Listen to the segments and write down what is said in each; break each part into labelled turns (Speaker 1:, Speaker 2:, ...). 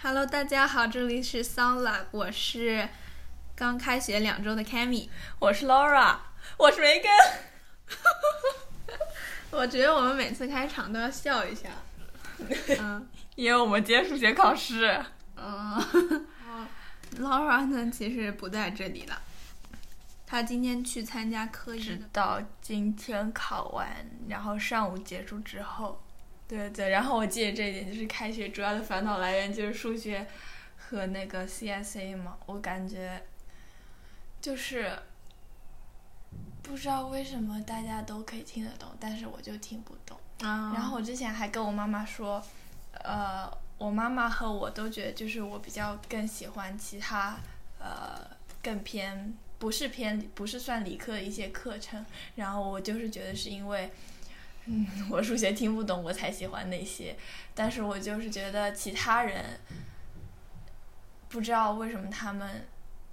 Speaker 1: Hello，大家好，这里是 Sound Lab，我是刚开学两周的 Cammy。
Speaker 2: 我是 Laura，我是梅根。
Speaker 1: 我觉得我们每次开场都要笑一 下。嗯
Speaker 2: 因为我们今天数学考试，
Speaker 1: 嗯 ，Laura 呢其实不在这里了，她今天去参加科一
Speaker 2: 直
Speaker 1: 的。
Speaker 2: 到今天考完，然后上午结束之后，对对对，然后我记得这一点，就是开学主要的烦恼来源就是数学和那个 CSA 嘛，我感觉就是不知道为什么大家都可以听得懂，但是我就听不懂。
Speaker 1: 啊
Speaker 2: 然后我之前还跟我妈妈说，呃，我妈妈和我都觉得就是我比较更喜欢其他呃更偏不是偏不是算理科的一些课程，然后我就是觉得是因为。嗯，我数学听不懂，我才喜欢那些。但是我就是觉得其他人，不知道为什么他们，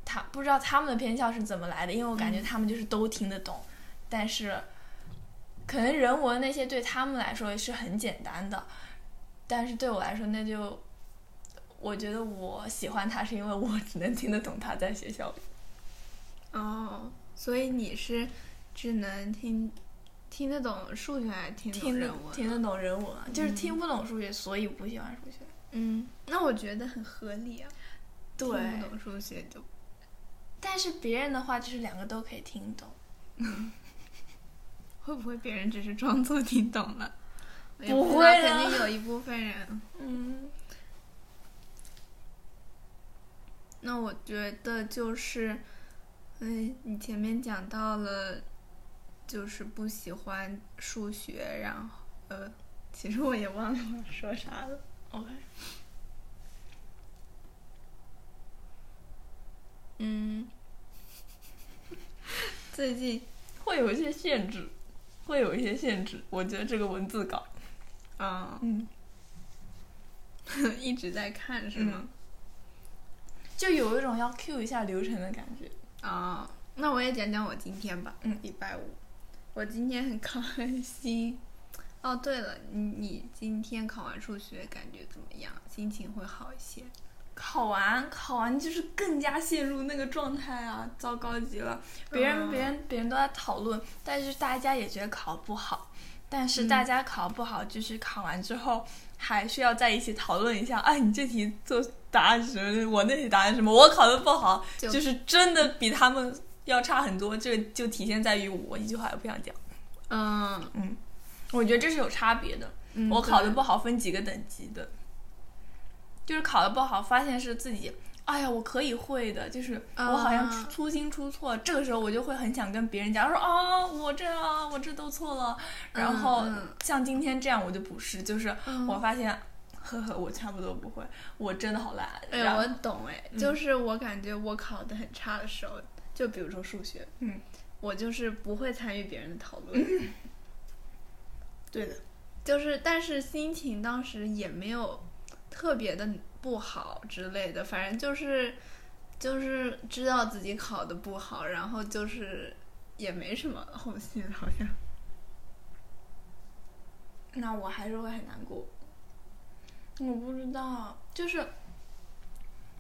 Speaker 2: 他不知道他们的偏向是怎么来的，因为我感觉他们就是都听得懂，但是可能人文那些对他们来说是很简单的，但是对我来说，那就我觉得我喜欢他是因为我只能听得懂他在学校里。
Speaker 1: 哦，所以你是只能听听得懂数学还是听懂
Speaker 2: 听得
Speaker 1: 人文？
Speaker 2: 听得懂人文啊，就是听不懂数学，所以不喜欢数学。
Speaker 1: 嗯，那我觉得很合理啊。听
Speaker 2: 对
Speaker 1: 不，懂数学就
Speaker 2: 但是别人的话就是两个都可以听懂，
Speaker 1: 会不会别人只是装作听懂了？我也
Speaker 2: 不
Speaker 1: 知道
Speaker 2: 会啊
Speaker 1: 肯定有一部分人。
Speaker 2: 嗯，
Speaker 1: 那我觉得就是，嗯，你前面讲到了，就是不喜欢数学，然后呃，其实我也忘了我说啥了。
Speaker 2: OK，
Speaker 1: 嗯， 最近
Speaker 2: 会有一些限制，会有一些限制。我觉得这个文字稿，
Speaker 1: 啊、
Speaker 2: 嗯，
Speaker 1: 一直在看是吗？
Speaker 2: 就有一种要 Q 一下流程的感觉。
Speaker 1: 啊、那我也讲讲我今天吧。
Speaker 2: 嗯
Speaker 1: 礼拜五，我今天很开心。哦，对了，你你今天考完数学感觉怎么样？心情会好一些？
Speaker 2: 考完考完就是更加陷入那个状态啊，糟糕极了。别人、
Speaker 1: 嗯
Speaker 2: 别人别人都在讨论，但是大家也觉得考不好，但是
Speaker 1: 嗯
Speaker 2: 大家考不好，就是考完之后还需要在一起讨论一下，哎，你这题做答案是什么？我那题答案是什么？我考的不好，
Speaker 1: 就
Speaker 2: 就是真的比他们要差很多。这个就体现在于我一句话也不想讲，
Speaker 1: 嗯，
Speaker 2: 我觉得这是有差别的。
Speaker 1: 嗯
Speaker 2: 我考的不好分几个等级的，就是考的不好，发现是自己，哎呀，我可以会的，就是我好像
Speaker 1: 啊
Speaker 2: 出粗心出错，这个时候我就会很想跟别人讲说啊，我这啊，我这都错了。
Speaker 1: 嗯
Speaker 2: 然后、
Speaker 1: 嗯
Speaker 2: 像今天这样，我就不是，就是
Speaker 1: 嗯
Speaker 2: 我发现，呵呵，我差不多不会，我真的好烂。
Speaker 1: 哎，
Speaker 2: 然后嗯
Speaker 1: 我懂哎，就是我感觉我考的很差的时候，就比如说数学，
Speaker 2: 嗯，
Speaker 1: 我就是不会参与别人的讨论，
Speaker 2: 对的，
Speaker 1: 就是但是心情当时也没有特别的不好之类的，反正就是就是知道自己考的不好，然后就是也没什么后心，好像
Speaker 2: 那我还是会很难过。我不知道，就是，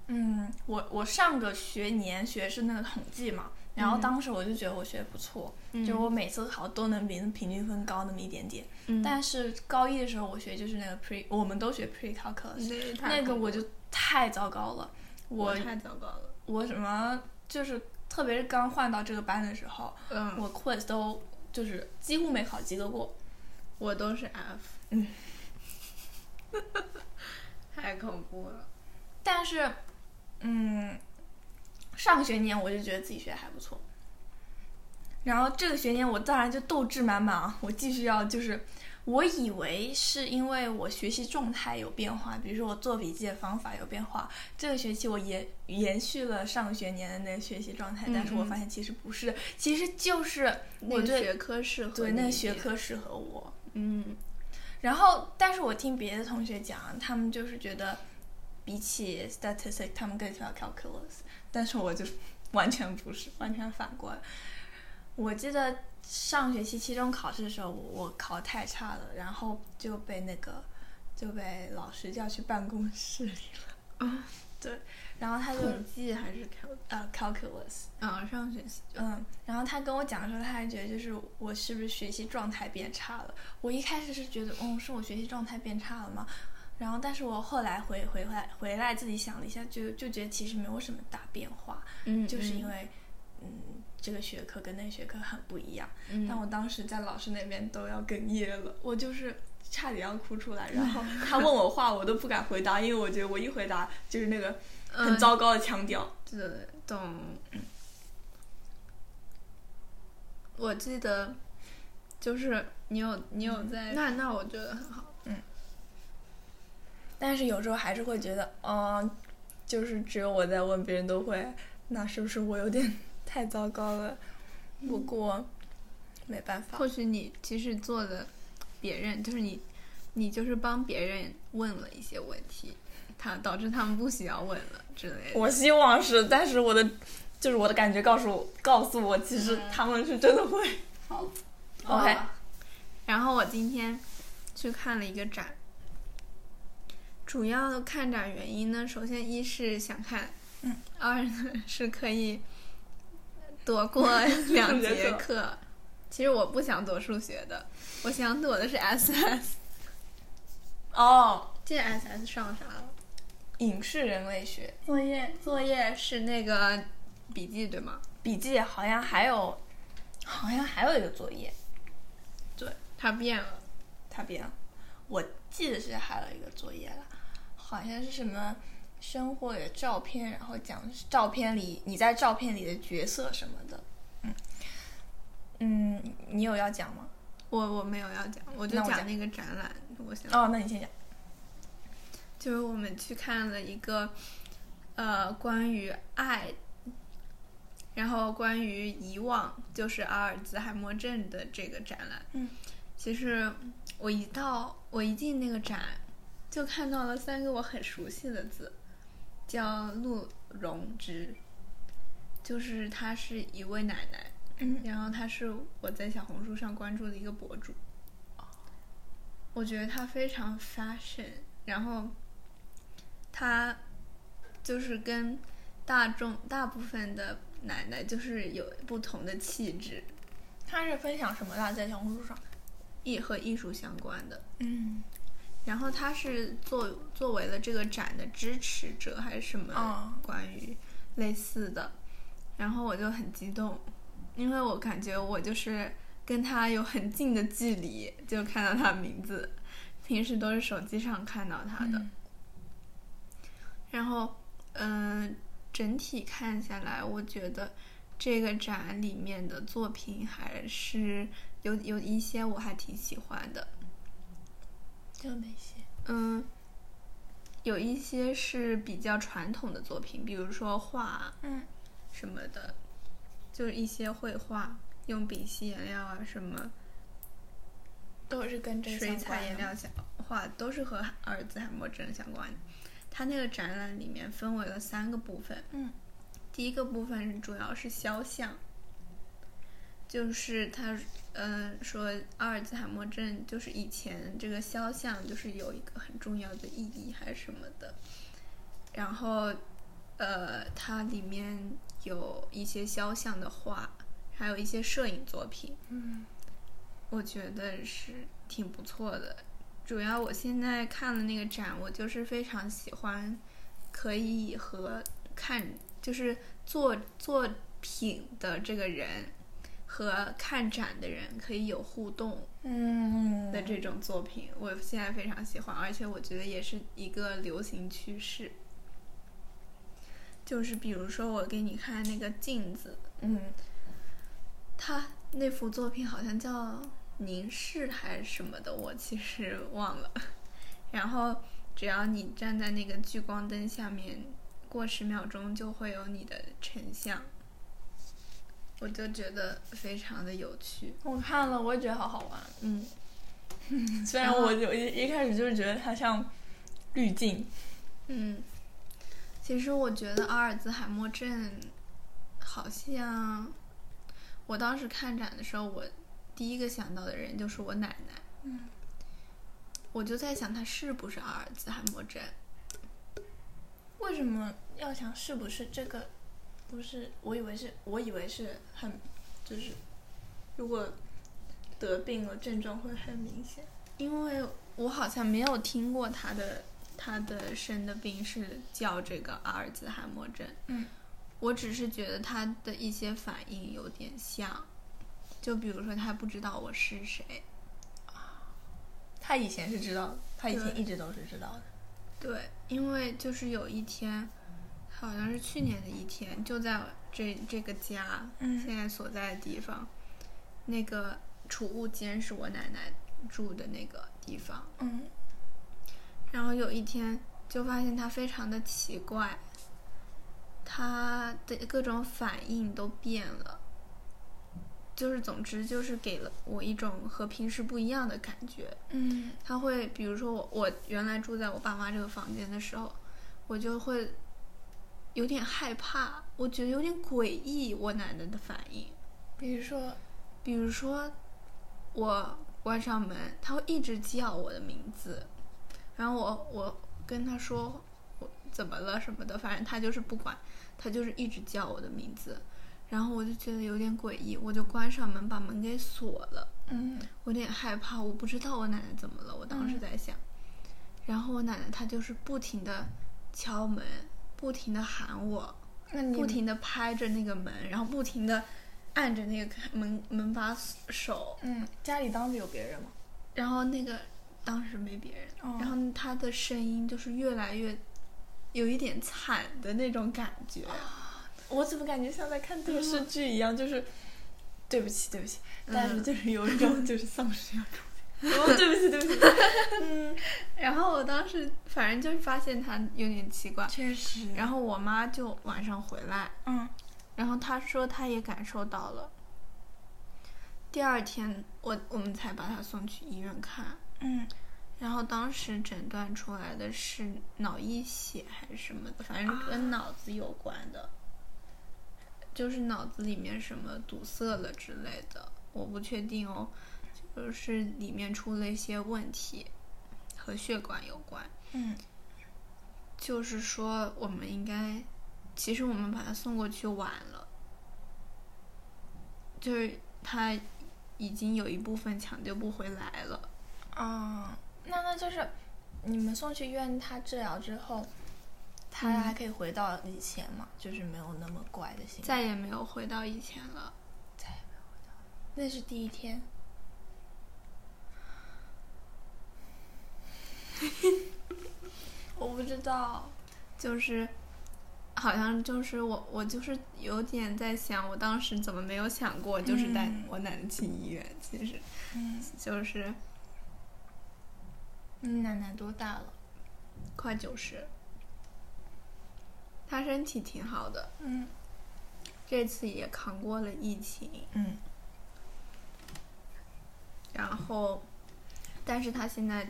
Speaker 2: 嗯，我我上个学年学是那个统计嘛，然后
Speaker 1: 嗯
Speaker 2: 当时我就觉得我学的不错，就
Speaker 1: 就
Speaker 2: 我每次考都能比平均分高那么一点点。
Speaker 1: 嗯
Speaker 2: 但是高一的时候我学就是那个 pre，我们都学 pre calculus，、
Speaker 1: 那
Speaker 2: 那个我就太糟糕了，
Speaker 1: 我
Speaker 2: 我
Speaker 1: 太糟糕了，
Speaker 2: 我什么就是，特别是刚换到这个班的时候，
Speaker 1: 嗯，
Speaker 2: 我 quiz 都就是几乎没考及格过。
Speaker 1: 我都是 F，
Speaker 2: 嗯，
Speaker 1: 太恐怖了。
Speaker 2: 但是，嗯，上个学年我就觉得自己学的还不错，然后这个学年我当然就斗志满满啊，我继续要就是，我以为是因为我学习状态有变化，比如说我做笔记的方法有变化，这个学期我延延续了上个学年的那个学习状态，但是我
Speaker 1: 嗯嗯
Speaker 2: 发现其实不是，其实就是
Speaker 1: 那
Speaker 2: 我
Speaker 1: 个
Speaker 2: 对
Speaker 1: 学科适合
Speaker 2: 对
Speaker 1: 你
Speaker 2: 那个
Speaker 1: 一
Speaker 2: 学
Speaker 1: 点，
Speaker 2: 科适合我，
Speaker 1: 嗯
Speaker 2: 然后，但是我听别的同学讲，他们就是觉得比起 statistic，他们更喜欢 calculus，但是我就完全不是，完全反过来。我记得上学期期中考试的时候，我我考得太差了，然后就被那个就被老师叫去办公室里了。对，然后他就
Speaker 1: 统计还是 cal
Speaker 2: 呃 calculus，
Speaker 1: 啊上学期就
Speaker 2: 嗯，然后他跟我讲的时候，他还觉得就是我是不是学习状态变差了？我一开始是觉得，嗯，是我学习状态变差了吗？然后，但是我后来回回回来回来自己想了一下，就就觉得其实没有什么大变化，
Speaker 1: 嗯
Speaker 2: 就是因
Speaker 1: 为
Speaker 2: 为，嗯，这个学科跟那个学科很不一样。
Speaker 1: 嗯
Speaker 2: 但我当时在老师那边都要哽咽了，我就是差点要哭出来。然 后他问我话，我都不敢回答，因为我觉得我一回答就是那个很
Speaker 1: 嗯
Speaker 2: 糟糕的腔调。
Speaker 1: 对，懂。我记得，就是你有你有在、嗯那那我觉得很好。
Speaker 2: 但是有时候还是会觉得，嗯、就是只有我在问，别人都会，那是不是我有点 太糟糕了？不过没办法，
Speaker 1: 或许你其实做的别人就是你，你就是帮别人问了一些问题，他导致他们不需要问了之类的。
Speaker 2: 我希望是，但是我的就是我的感觉告诉我，告诉我，其实他们是真的会。
Speaker 1: 好
Speaker 2: OK，
Speaker 1: 哦然后我今天去看了一个展，主要的看展原因呢，首先一是想看，
Speaker 2: 嗯，
Speaker 1: 二呢是可以躲 过两节课。其实我不想躲数学的，我想躲的是 SS。
Speaker 2: 哦，
Speaker 1: 这 SS 上啥了？
Speaker 2: 影视人类学
Speaker 1: 作业作业是那个笔记对吗？
Speaker 2: 笔记好像还有，好像还有一个作业，
Speaker 1: 对，它变了。
Speaker 2: 他变了，我记得是还有一个作业了，好像是什么生活的照片，然后讲照片里你在照片里的角色什么的。嗯，嗯，你有要讲吗？
Speaker 1: 我我没有要讲，我就
Speaker 2: 那我
Speaker 1: 讲
Speaker 2: 讲
Speaker 1: 那个展览。我想
Speaker 2: 哦，那你先讲。
Speaker 1: 就是我们去看了一个，呃，关于爱，然后关于遗忘，就是阿尔兹海默症的这个展览。
Speaker 2: 嗯，
Speaker 1: 其实我一到我一进那个展，就看到了三个我很熟悉的字，叫陆荣之，就是她是一位奶奶，
Speaker 2: 嗯
Speaker 1: 然后她是我在小红书上关注的一个博主。
Speaker 2: 哦
Speaker 1: 我觉得她非常 fashion，然后她就是跟大众大部分的奶奶就是有不同的气质，
Speaker 2: 他是分享什么的，在小红书上？
Speaker 1: 艺和艺术相关的。
Speaker 2: 嗯，
Speaker 1: 然后她是作作为了这个展的支持者还是什么
Speaker 2: 哦
Speaker 1: 关于类似的，然后我就很激动，因为我感觉我就是跟她有很近的距离，就看到她的名字，平时都是手机上看到她的。然后，嗯、整体看下来，我觉得这个展里面的作品还是有有一些我还挺喜欢的。
Speaker 2: 就那些。
Speaker 1: 嗯，有一些是比较传统的作品，比如说画
Speaker 2: 嗯
Speaker 1: 什么的，就是一些绘画，用丙烯颜料啊什么。
Speaker 2: 都是跟这
Speaker 1: 水
Speaker 2: 相
Speaker 1: 彩颜
Speaker 2: 关的。
Speaker 1: 料相画都是和阿尔兹海默症相关的。它那个展览里面分为了三个部分，
Speaker 2: 嗯，
Speaker 1: 第一个部分是主要是肖像，就是他嗯、呃说阿尔兹海默症就是以前这个肖像就是有一个很重要的意义还是什么的，然后呃它里面有一些肖像的画，还有一些摄影作品，
Speaker 2: 嗯
Speaker 1: 我觉得是挺不错的。主要我现在看了那个展，我就是非常喜欢，可以和看就是做作品的这个人和看展的人可以有互动
Speaker 2: 嗯
Speaker 1: 的这种作品，我现在非常喜欢，而且我觉得也是一个流行趋势。就是比如说，我给你看那个镜子，
Speaker 2: 嗯
Speaker 1: 他那幅作品好像叫《凝视》还是什么的，我其实忘了。 然后只要你站在那个聚光灯下面，过十秒钟就会有你的成像。我就觉得非常的有趣，
Speaker 2: 我看了，我也觉得好好玩。
Speaker 1: 嗯，
Speaker 2: 虽
Speaker 1: 然
Speaker 2: 然
Speaker 1: 后
Speaker 2: 我就一一开始就是觉得它像滤镜，
Speaker 1: 嗯，其实我觉得阿尔兹海默症好像，我当时看展的时候，我第一个想到的人就是我奶奶。
Speaker 2: 嗯，
Speaker 1: 我就在想她是不是阿尔兹海默症。
Speaker 2: 为什么要想是不是这个？不是，我以为是，我以为是很，就是如果得病了，症状会很明显。
Speaker 1: 因为我好像没有听过他的他的生的病是叫这个阿尔兹海默症。
Speaker 2: 嗯，
Speaker 1: 我只是觉得他的一些反应有点像，就比如说他不知道我是谁。
Speaker 2: 他以前是知道的，他以前
Speaker 1: 对
Speaker 2: 一直都是知道的。
Speaker 1: 对，因为就是有一天，好像是去年的一天，就在这这个家
Speaker 2: 嗯
Speaker 1: 现在所在的地方，那个储物间是我奶奶住的那个地方。
Speaker 2: 嗯
Speaker 1: 然后有一天就发现他非常的奇怪，他的各种反应都变了，就是总之就是给了我一种和平时不一样的感觉。
Speaker 2: 嗯
Speaker 1: 他会，比如说我我原来住在我爸妈这个房间的时候，我就会有点害怕，我觉得有点诡异我奶奶的反应。
Speaker 2: 比如说，
Speaker 1: 比如说，我关上门，他会一直叫我的名字，然后我我跟他说我怎么了什么的，反正他就是不管，他就是一直叫我的名字，然后我就觉得有点诡异，我就关上门把门给锁了，
Speaker 2: 嗯
Speaker 1: 我有点害怕，我不知道我奶奶怎么了，我当时在想，然后我奶奶她就是不停的敲门，不停的喊我，
Speaker 2: 那你
Speaker 1: 不停的拍着那个门，然后不停的按着那个门门把手，
Speaker 2: 嗯，家里当时有别人吗？
Speaker 1: 然后那个当时没别人，
Speaker 2: 哦
Speaker 1: 然后他的声音就是越来越有一点惨的那种感觉，
Speaker 2: 哦我怎么感觉像在看电视剧一样？就是，对不起，对不起，但是
Speaker 1: 嗯
Speaker 2: 就是有一种就是丧尸要出现。哦，对不起，对不起。嗯，
Speaker 1: 然后我当时反正就是发现他有点奇怪，
Speaker 2: 确实然后，
Speaker 1: 然后我妈就晚上回来，
Speaker 2: 嗯
Speaker 1: 然后她说她也感受到了。第二天，我我们才把她送去医院看，
Speaker 2: 嗯，
Speaker 1: 然后当时诊断出来的是脑溢血还是什么的，反正
Speaker 2: 啊
Speaker 1: 跟脑子有关的，就是脑子里面什么堵塞了之类的，我不确定哦，就是里面出了一些问题，和血管有关。
Speaker 2: 嗯，
Speaker 1: 就是说我们应该，其实我们把他送过去晚了，就是他已经有一部分抢救不回来了。
Speaker 2: 啊，那那就是你们送去医院，他治疗之后，他还可以回到以前嘛，就是没有那么怪的心。
Speaker 1: 再也没有回到以前了。
Speaker 2: 那是第一天。 我不知道，
Speaker 1: 就是好像就是我我就是有点在想，我当时怎么没有想过，就是带
Speaker 2: 嗯
Speaker 1: 我奶奶去医院，其实
Speaker 2: 嗯，
Speaker 1: 就是
Speaker 2: 你奶奶多大了？
Speaker 1: 快九十，她身体挺好的，
Speaker 2: 嗯
Speaker 1: 这次也扛过了疫情，
Speaker 2: 嗯
Speaker 1: 然后但是她现在。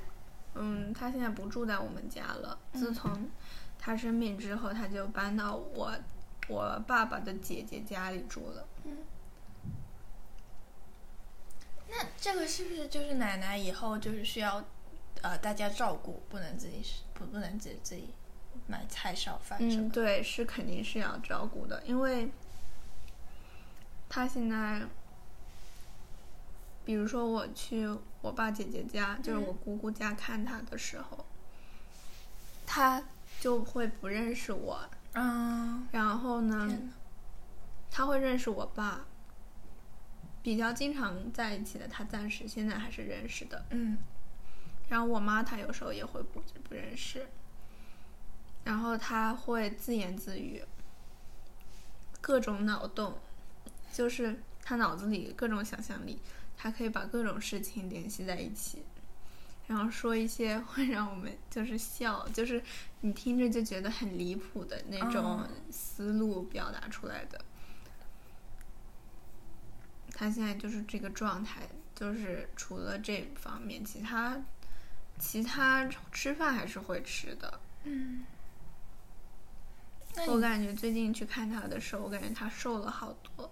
Speaker 1: 嗯，她现在不住在我们家了。自
Speaker 2: 嗯
Speaker 1: 从她生病之后，她就搬到我我爸爸的姐姐家里住了。
Speaker 2: 嗯。那这个是不是就是奶奶以后就是需要，呃，大家照顾，不能自己是不不能自己自己买菜烧饭什
Speaker 1: 嗯，
Speaker 2: 么的？
Speaker 1: 对，是肯定是要照顾的，因为他现在，比如说我去我爸姐姐家，就是
Speaker 2: 嗯
Speaker 1: 我姑姑家看他的时候，他就会不认识我，
Speaker 2: 嗯，
Speaker 1: 然后呢，
Speaker 2: 天哪
Speaker 1: 他会认识我爸，比较经常在一起的，他暂时现在还是认识的，
Speaker 2: 嗯
Speaker 1: 然后我妈她有时候也会不不认识，然后她会自言自语，各种脑洞，就是她脑子里各种想象力，她可以把各种事情联系在一起，然后说一些会让我们就是笑，就是你听着就觉得很离谱的那种
Speaker 2: 哦
Speaker 1: 思路表达出来的。她现在就是这个状态，就是除了这方面，其他其他吃饭还是会吃的。
Speaker 2: 嗯。那
Speaker 1: 我
Speaker 2: 你
Speaker 1: 感觉最近去看他的时候，我感觉他瘦了好多。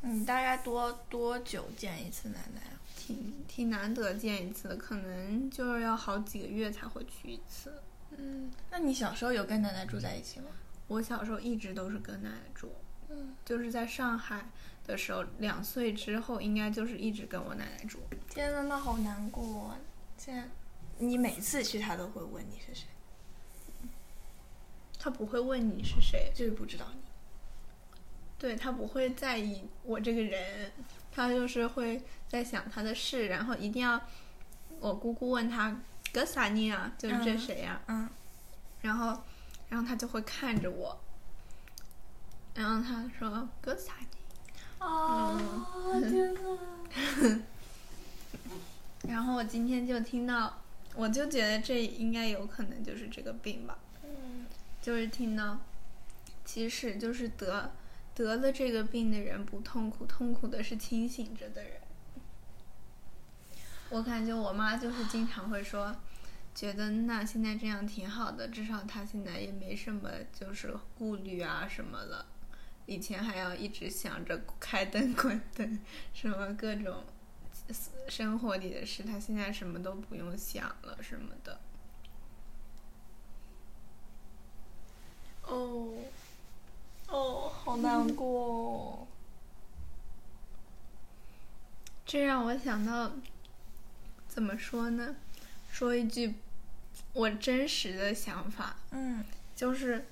Speaker 2: 你嗯大概多多久见一次奶奶啊？
Speaker 1: 挺挺难得见一次的，可能就是要好几个月才会去一次。嗯，
Speaker 2: 那你小时候有跟奶奶住在一起吗？
Speaker 1: 我小时候一直都是跟奶奶住，
Speaker 2: 嗯，
Speaker 1: 就是在上海的时候，两岁之后应该就是一直跟我奶奶住。
Speaker 2: 天呐，那好难过、哦。现在你每次去，他都会问你是谁，
Speaker 1: 她不会问你是谁，
Speaker 2: 就是不知道你。
Speaker 1: 对她不会在意我这个人，她就是会在想她的事，然后一定要我姑姑问她格萨尼啊，就是这
Speaker 2: 嗯
Speaker 1: 谁呀、
Speaker 2: 嗯，
Speaker 1: 然后，然后他就会看着我，然后他说“格萨尼
Speaker 2: 啊，天呐。”，
Speaker 1: 然后我今天就听到，我就觉得这应该有可能就是这个病吧，
Speaker 2: 嗯
Speaker 1: 就是听到，其实就是得得了这个病的人不痛苦，痛苦的是清醒着的人。我感觉我妈就是经常会说，觉得那现在这样挺好的，至少她现在也没什么就是顾虑啊什么了。以前还要一直想着开灯、 关灯，什么各种生活里的事，她现在什么都不用想了什么的。
Speaker 2: 哦，哦，好难过、哦。
Speaker 1: 这让我想到，怎么说呢？说一句我真实的想法，
Speaker 2: 嗯
Speaker 1: 就是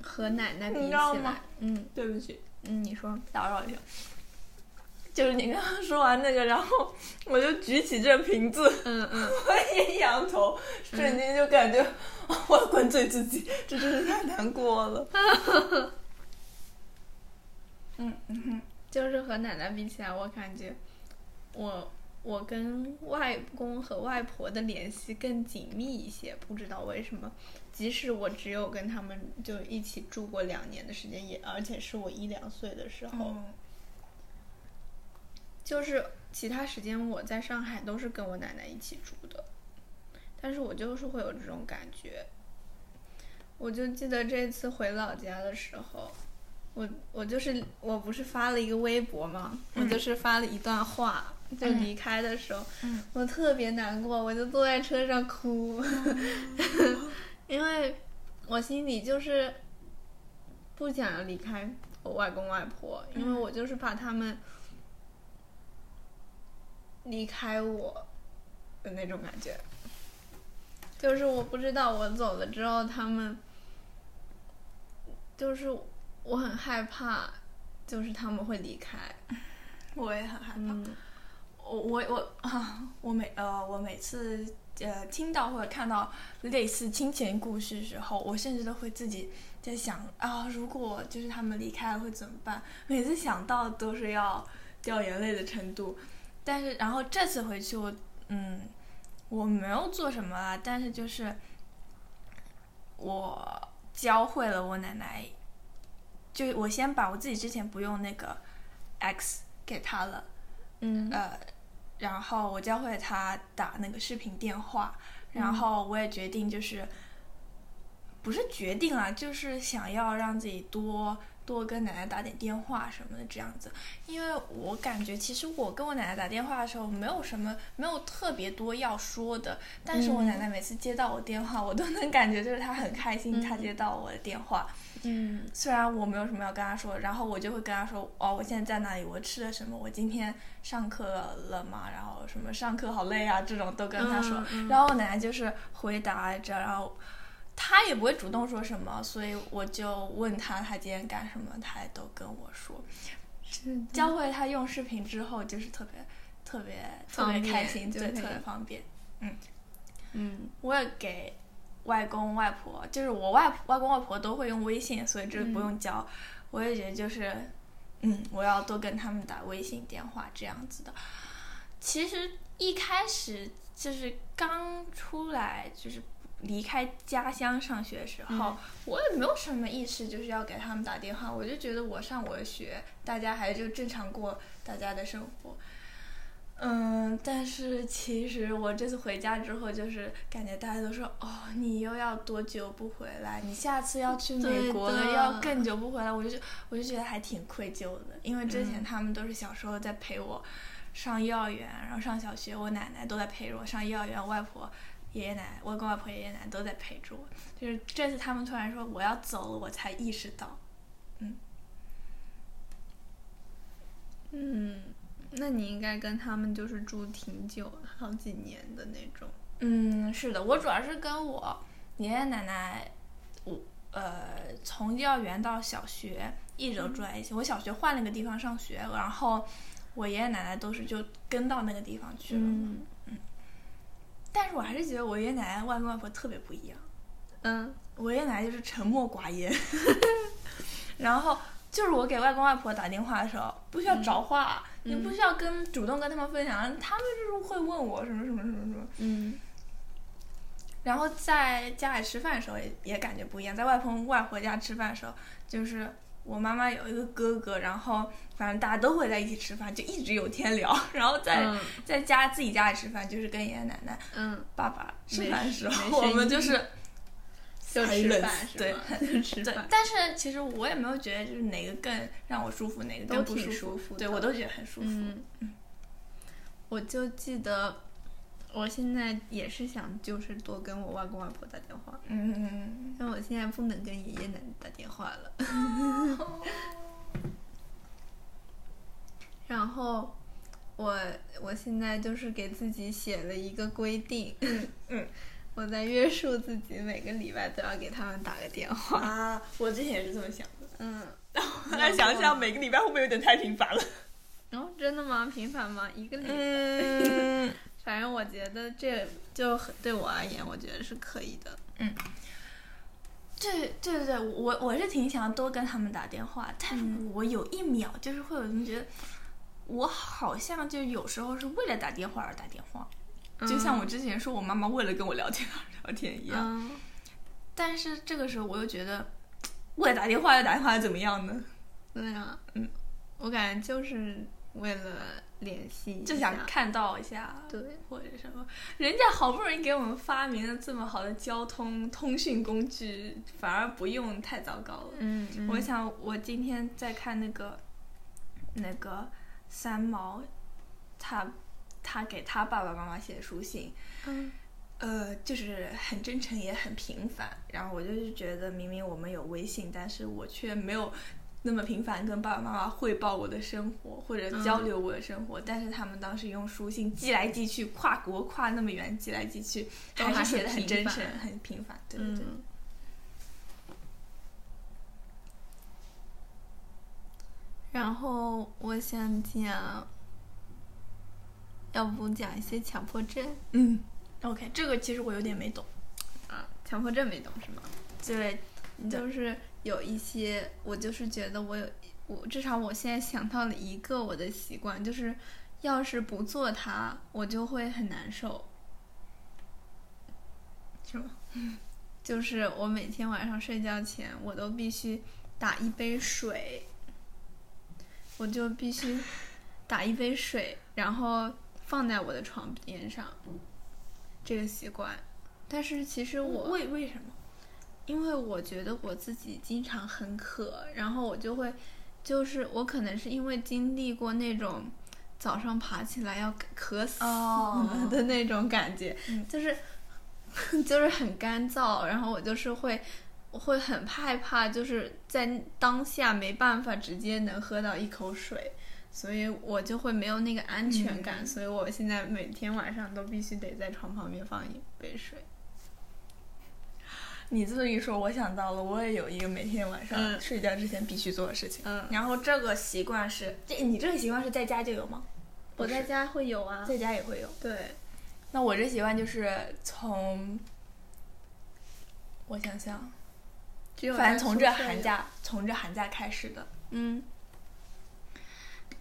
Speaker 1: 和奶奶比
Speaker 2: 你
Speaker 1: 起
Speaker 2: 知道
Speaker 1: 来
Speaker 2: 吗，
Speaker 1: 嗯，
Speaker 2: 对不起，
Speaker 1: 嗯，你说，
Speaker 2: 打扰一下。就是你刚刚说完那个，然后我就举起这瓶子，
Speaker 1: 嗯嗯，
Speaker 2: 我一仰头，瞬间就感觉、我要灌醉自己，这真是太难 过了。嗯嗯哼，
Speaker 1: 就是和奶奶比起来，我感觉我我跟外公和外婆的联系更紧密一些，不知道为什么。即使我只有跟他们就一起住过两年的时间，也而且是我一两岁的时候，
Speaker 2: 哦，
Speaker 1: 就是其他时间我在上海都是跟我奶奶一起住的，但是我就是会有这种感觉。我就记得这次回老家的时候，我我就是我不是发了一个微博嘛，
Speaker 2: 嗯
Speaker 1: 我就是发了一段话，就
Speaker 2: 嗯
Speaker 1: 离开的时候，
Speaker 2: 嗯
Speaker 1: 我特别难过，我就坐在车上哭，
Speaker 2: 哦
Speaker 1: 因为我心里就是不想要离开我外公外婆，因为
Speaker 2: 嗯
Speaker 1: 我就是怕他们离开我的那种感觉。就是我不知道我走了之后，他们就是我很害怕，就是他们会离开。
Speaker 2: 我也很害怕。
Speaker 1: 嗯
Speaker 2: 我我我啊，我每呃，我每次呃听到或者看到类似亲情故事的时候，我甚至都会自己在想啊，如果就是他们离开了会怎么办？每次想到都是要掉眼泪的程度。但是然后这次回去我嗯，我没有做什么啦，但是就是我教会了我奶奶，就是我先把我自己之前不用那个 X 给她了。
Speaker 1: 嗯
Speaker 2: 呃，然后我教会他打那个视频电话，然
Speaker 1: 嗯
Speaker 2: 后我也决定就是，不是决定啊，就是想要让自己多多跟奶奶打点电话什么的这样子，因为我感觉其实我跟我奶奶打电话的时候没有什么没有特别多要说的，但是我
Speaker 1: 嗯
Speaker 2: 奶奶每次接到我电话，我都能感觉就是她很开心，她
Speaker 1: 嗯
Speaker 2: 接到我的电话，
Speaker 1: 嗯
Speaker 2: 虽然我没有什么要跟他说，然后我就会跟他说，哦，我现在在哪里，我吃了什么，我今天上课了吗？然后什么上课好累啊，这种都跟他说。
Speaker 1: 嗯嗯
Speaker 2: 然后我奶奶就是回答着，然后他也不会主动说什么，所以我就问他他今天干什么，他也都跟我说。
Speaker 1: 是的
Speaker 2: 教会他用视频之后，就是特别特别特
Speaker 1: 方
Speaker 2: 别
Speaker 1: 便
Speaker 2: 开心，对，
Speaker 1: 就可
Speaker 2: 特
Speaker 1: 以
Speaker 2: 别方便。
Speaker 1: 嗯
Speaker 2: 我也给外公外婆，就是我外婆外公外婆都会用微信，所以这不用教。我也觉得就是，嗯，我要多跟他们打微信电话这样子的。其实一开始就是刚出来，就是离开家乡上学的时候，
Speaker 1: 嗯
Speaker 2: 我也没有什么意识，就是要给他们打电话。我就觉得我上我的学，大家还就正常过大家的生活。嗯，但是其实我这次回家之后，就是感觉大家都说，哦，你又要多久不回来？你下次要去美
Speaker 1: 对
Speaker 2: 国了，
Speaker 1: 的
Speaker 2: 要更久不回来。我就我就觉得还挺愧疚的，因为之前
Speaker 1: 嗯
Speaker 2: 他们都是小时候在陪我，上幼儿园，然后上小学，我奶奶都在陪着我上幼儿园，我外婆、爷爷奶奶，我跟外婆、爷爷奶奶都在陪着我。就是这次他们突然说我要走了，我才意识到。
Speaker 1: 嗯，那你应该跟他们就是住挺久，好几年的那种。
Speaker 2: 嗯，是的，我主要是跟我爷爷奶奶，我呃，从幼儿园到小学一直都住在一起。我小学换了个地方上学，然后我爷爷奶奶都是就跟到那个地方去了。
Speaker 1: 嗯
Speaker 2: 但是我还是觉得我爷爷奶奶、外公外婆特别不一样。
Speaker 1: 嗯
Speaker 2: 我爷爷奶奶就是沉默寡言， 然后就是我给外公外婆打电话的时候，不需要找话，也不需要跟主动跟他们分享，他们就是会问我什么什么什么什么。
Speaker 1: 嗯
Speaker 2: 然后在家里吃饭的时候也也感觉不一样，在外公外婆家吃饭的时候，就是我妈妈有一个哥哥，然后反正大家都会在一起吃饭，就一直有天聊。 然后在、
Speaker 1: 嗯
Speaker 2: 在家自己家里吃饭，就是跟爷爷奶奶、
Speaker 1: 嗯，
Speaker 2: 爸爸吃
Speaker 1: 没
Speaker 2: 饭的时
Speaker 1: 没
Speaker 2: 候，
Speaker 1: 声
Speaker 2: 我们
Speaker 1: 音
Speaker 2: 就是
Speaker 1: 就吃
Speaker 2: silence，
Speaker 1: 饭是
Speaker 2: 对
Speaker 1: 吗？就吃
Speaker 2: 对
Speaker 1: 饭，，
Speaker 2: 但是其实我也没有觉得就是哪个更让我舒服，哪个
Speaker 1: 都
Speaker 2: 更不
Speaker 1: 挺
Speaker 2: 舒
Speaker 1: 舒
Speaker 2: 服。
Speaker 1: 服的。
Speaker 2: 对我都觉得很舒服。
Speaker 1: 嗯，我就记得，我现在也是想就是多跟我外公外婆打电话，
Speaker 2: 嗯，
Speaker 1: 但我现在不能跟爷爷奶奶打电话了。
Speaker 2: 嗯
Speaker 1: 然后我我现在就是给自己写了一个规定，
Speaker 2: 嗯，
Speaker 1: 我在约束自己每个礼拜都要给他们打个电话。
Speaker 2: 啊，我之前也是这么 想的。
Speaker 1: 嗯，
Speaker 2: 后来想想，每个礼拜会不会有点太频繁了？
Speaker 1: 然、后真的吗？频繁吗？一个礼拜
Speaker 2: 嗯，
Speaker 1: 反正我觉得这就很对我而言，我觉得是可以的。
Speaker 2: 对对对对，我我是挺想多跟他们打电话，但是
Speaker 1: 嗯
Speaker 2: 我有一秒就是会有人觉得，我好像就有时候是为了打电话而打电话，就像我之前说我妈妈为了跟我聊天而聊天一
Speaker 1: 一
Speaker 2: 样。
Speaker 1: 嗯
Speaker 2: 但是这个时候我又觉得，为了打电话而打电话怎么样呢？
Speaker 1: 对呀，
Speaker 2: 嗯，
Speaker 1: 我感觉就是为了联系一
Speaker 2: 就
Speaker 1: 下
Speaker 2: 想看到一下，
Speaker 1: 对，
Speaker 2: 或者什么，人家好不容易给我们发明了这么好的交通通讯工具，反而不用太糟糕了。
Speaker 1: 嗯，嗯
Speaker 2: 我想我今天在看那个那个三毛，他他给他爸爸妈妈写的书信，
Speaker 1: 嗯
Speaker 2: 呃，就是很真诚也很平凡。然后我就是觉得，明明我们有微信，但是我却没有那么频繁跟爸爸妈妈汇报我的生活或者交流我的生活。但是他们当时用书信寄来寄去，跨国跨那么远寄来寄去，
Speaker 1: 都
Speaker 2: 还
Speaker 1: 还
Speaker 2: 是
Speaker 1: 很
Speaker 2: 写的
Speaker 1: 平
Speaker 2: 很真
Speaker 1: 凡
Speaker 2: 诚，很平凡。对对对。
Speaker 1: 嗯。然后我想讲，要不讲一些强迫症
Speaker 2: 嗯 OK，这个其实我有点没懂。
Speaker 1: 啊？强迫症没懂是吗？
Speaker 2: 对，对
Speaker 1: 就是有一些，我就是觉得我有，我至少我现在想到了一个我的习惯，就是要是不做它，我就会很难受。
Speaker 2: 是吗？
Speaker 1: 就是我每天晚上睡觉前，我都必须打一杯水，我就必须打一杯水，然后放在我的床边上，这个习惯。但是其实我
Speaker 2: 为为什么？
Speaker 1: 因为我觉得我自己经常很渴，然后我就会，就是我可能是因为经历过那种早上爬起来要渴死
Speaker 2: 哦
Speaker 1: 的那种感觉，
Speaker 2: 嗯
Speaker 1: 就是就是很干燥，然后我就是会。我会很害怕，就是在当下没办法直接能喝到一口水，所以我就会没有那个安全感，所以我现在每天晚上都必须得在床旁边放一杯水。
Speaker 2: 你这么一说，我想到了，我也有一个每天晚上
Speaker 1: 嗯
Speaker 2: 睡觉之前必须做的事情。
Speaker 1: 嗯，
Speaker 2: 然后这个习惯是，这你这个习惯是在家就有吗？
Speaker 1: 我在家会有啊，
Speaker 2: 在家也会有。
Speaker 1: 对，
Speaker 2: 那我这习惯就是从，我想想，
Speaker 1: 只有
Speaker 2: 反
Speaker 1: 在
Speaker 2: 正从
Speaker 1: 宿
Speaker 2: 这
Speaker 1: 舍
Speaker 2: 寒
Speaker 1: 有，
Speaker 2: 假，从这寒假开始的。
Speaker 1: 嗯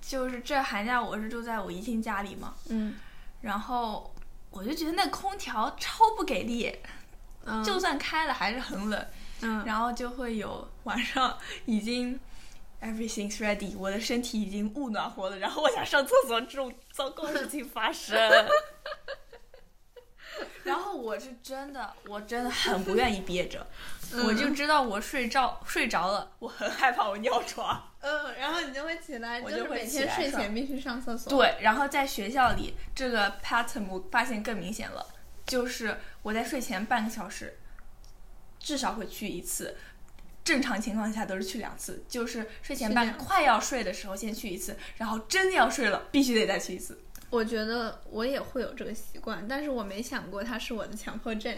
Speaker 2: 就是这寒假我是住在我姨亲家里嘛，
Speaker 1: 嗯，
Speaker 2: 然后我就觉得那空调超不给力，
Speaker 1: 嗯
Speaker 2: 就算开了还是很冷。
Speaker 1: 嗯
Speaker 2: 然后就会有晚上已经 everything's ready，我的身体已经捂暖和了，然后我想上厕所这种糟糕的事情发生。 然后我是真的，我真的很 不愿意憋着，我就知道我睡着睡着了，我很害怕我尿床。
Speaker 1: 嗯，然后你就会起来，
Speaker 2: 我
Speaker 1: 是
Speaker 2: 就会
Speaker 1: 每
Speaker 2: 起
Speaker 1: 天
Speaker 2: 来
Speaker 1: 睡
Speaker 2: 上
Speaker 1: 前必须上厕所。，
Speaker 2: 对，然后在学校里，这个 pattern 我发现更明显了，就是我在睡前半个小时，至少会去一次。正常情况下都是去两次，就是睡前
Speaker 1: 是
Speaker 2: 半
Speaker 1: 两次
Speaker 2: 快要睡的时候先去一次，然后真的要睡了，必须得再去一次。
Speaker 1: 我觉得我也会有这个习惯，但是我没想过它是我的强迫症，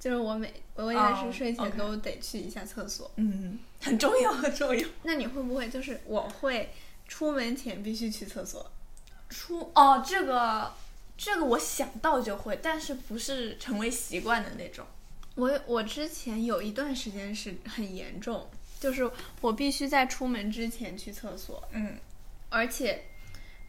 Speaker 1: 就是我每我也
Speaker 2: 哦
Speaker 1: 是睡前
Speaker 2: ，OK
Speaker 1: 都得去一下厕所。
Speaker 2: 嗯，很重要，很重要。
Speaker 1: 那你会不会就是我会出门前必须去厕所？
Speaker 2: 出哦，这个这个我想到就会，但是不是成为习惯的那种。
Speaker 1: 我我之前有一段时间是很严重，就是我必须在出门之前去厕所，
Speaker 2: 嗯，
Speaker 1: 而且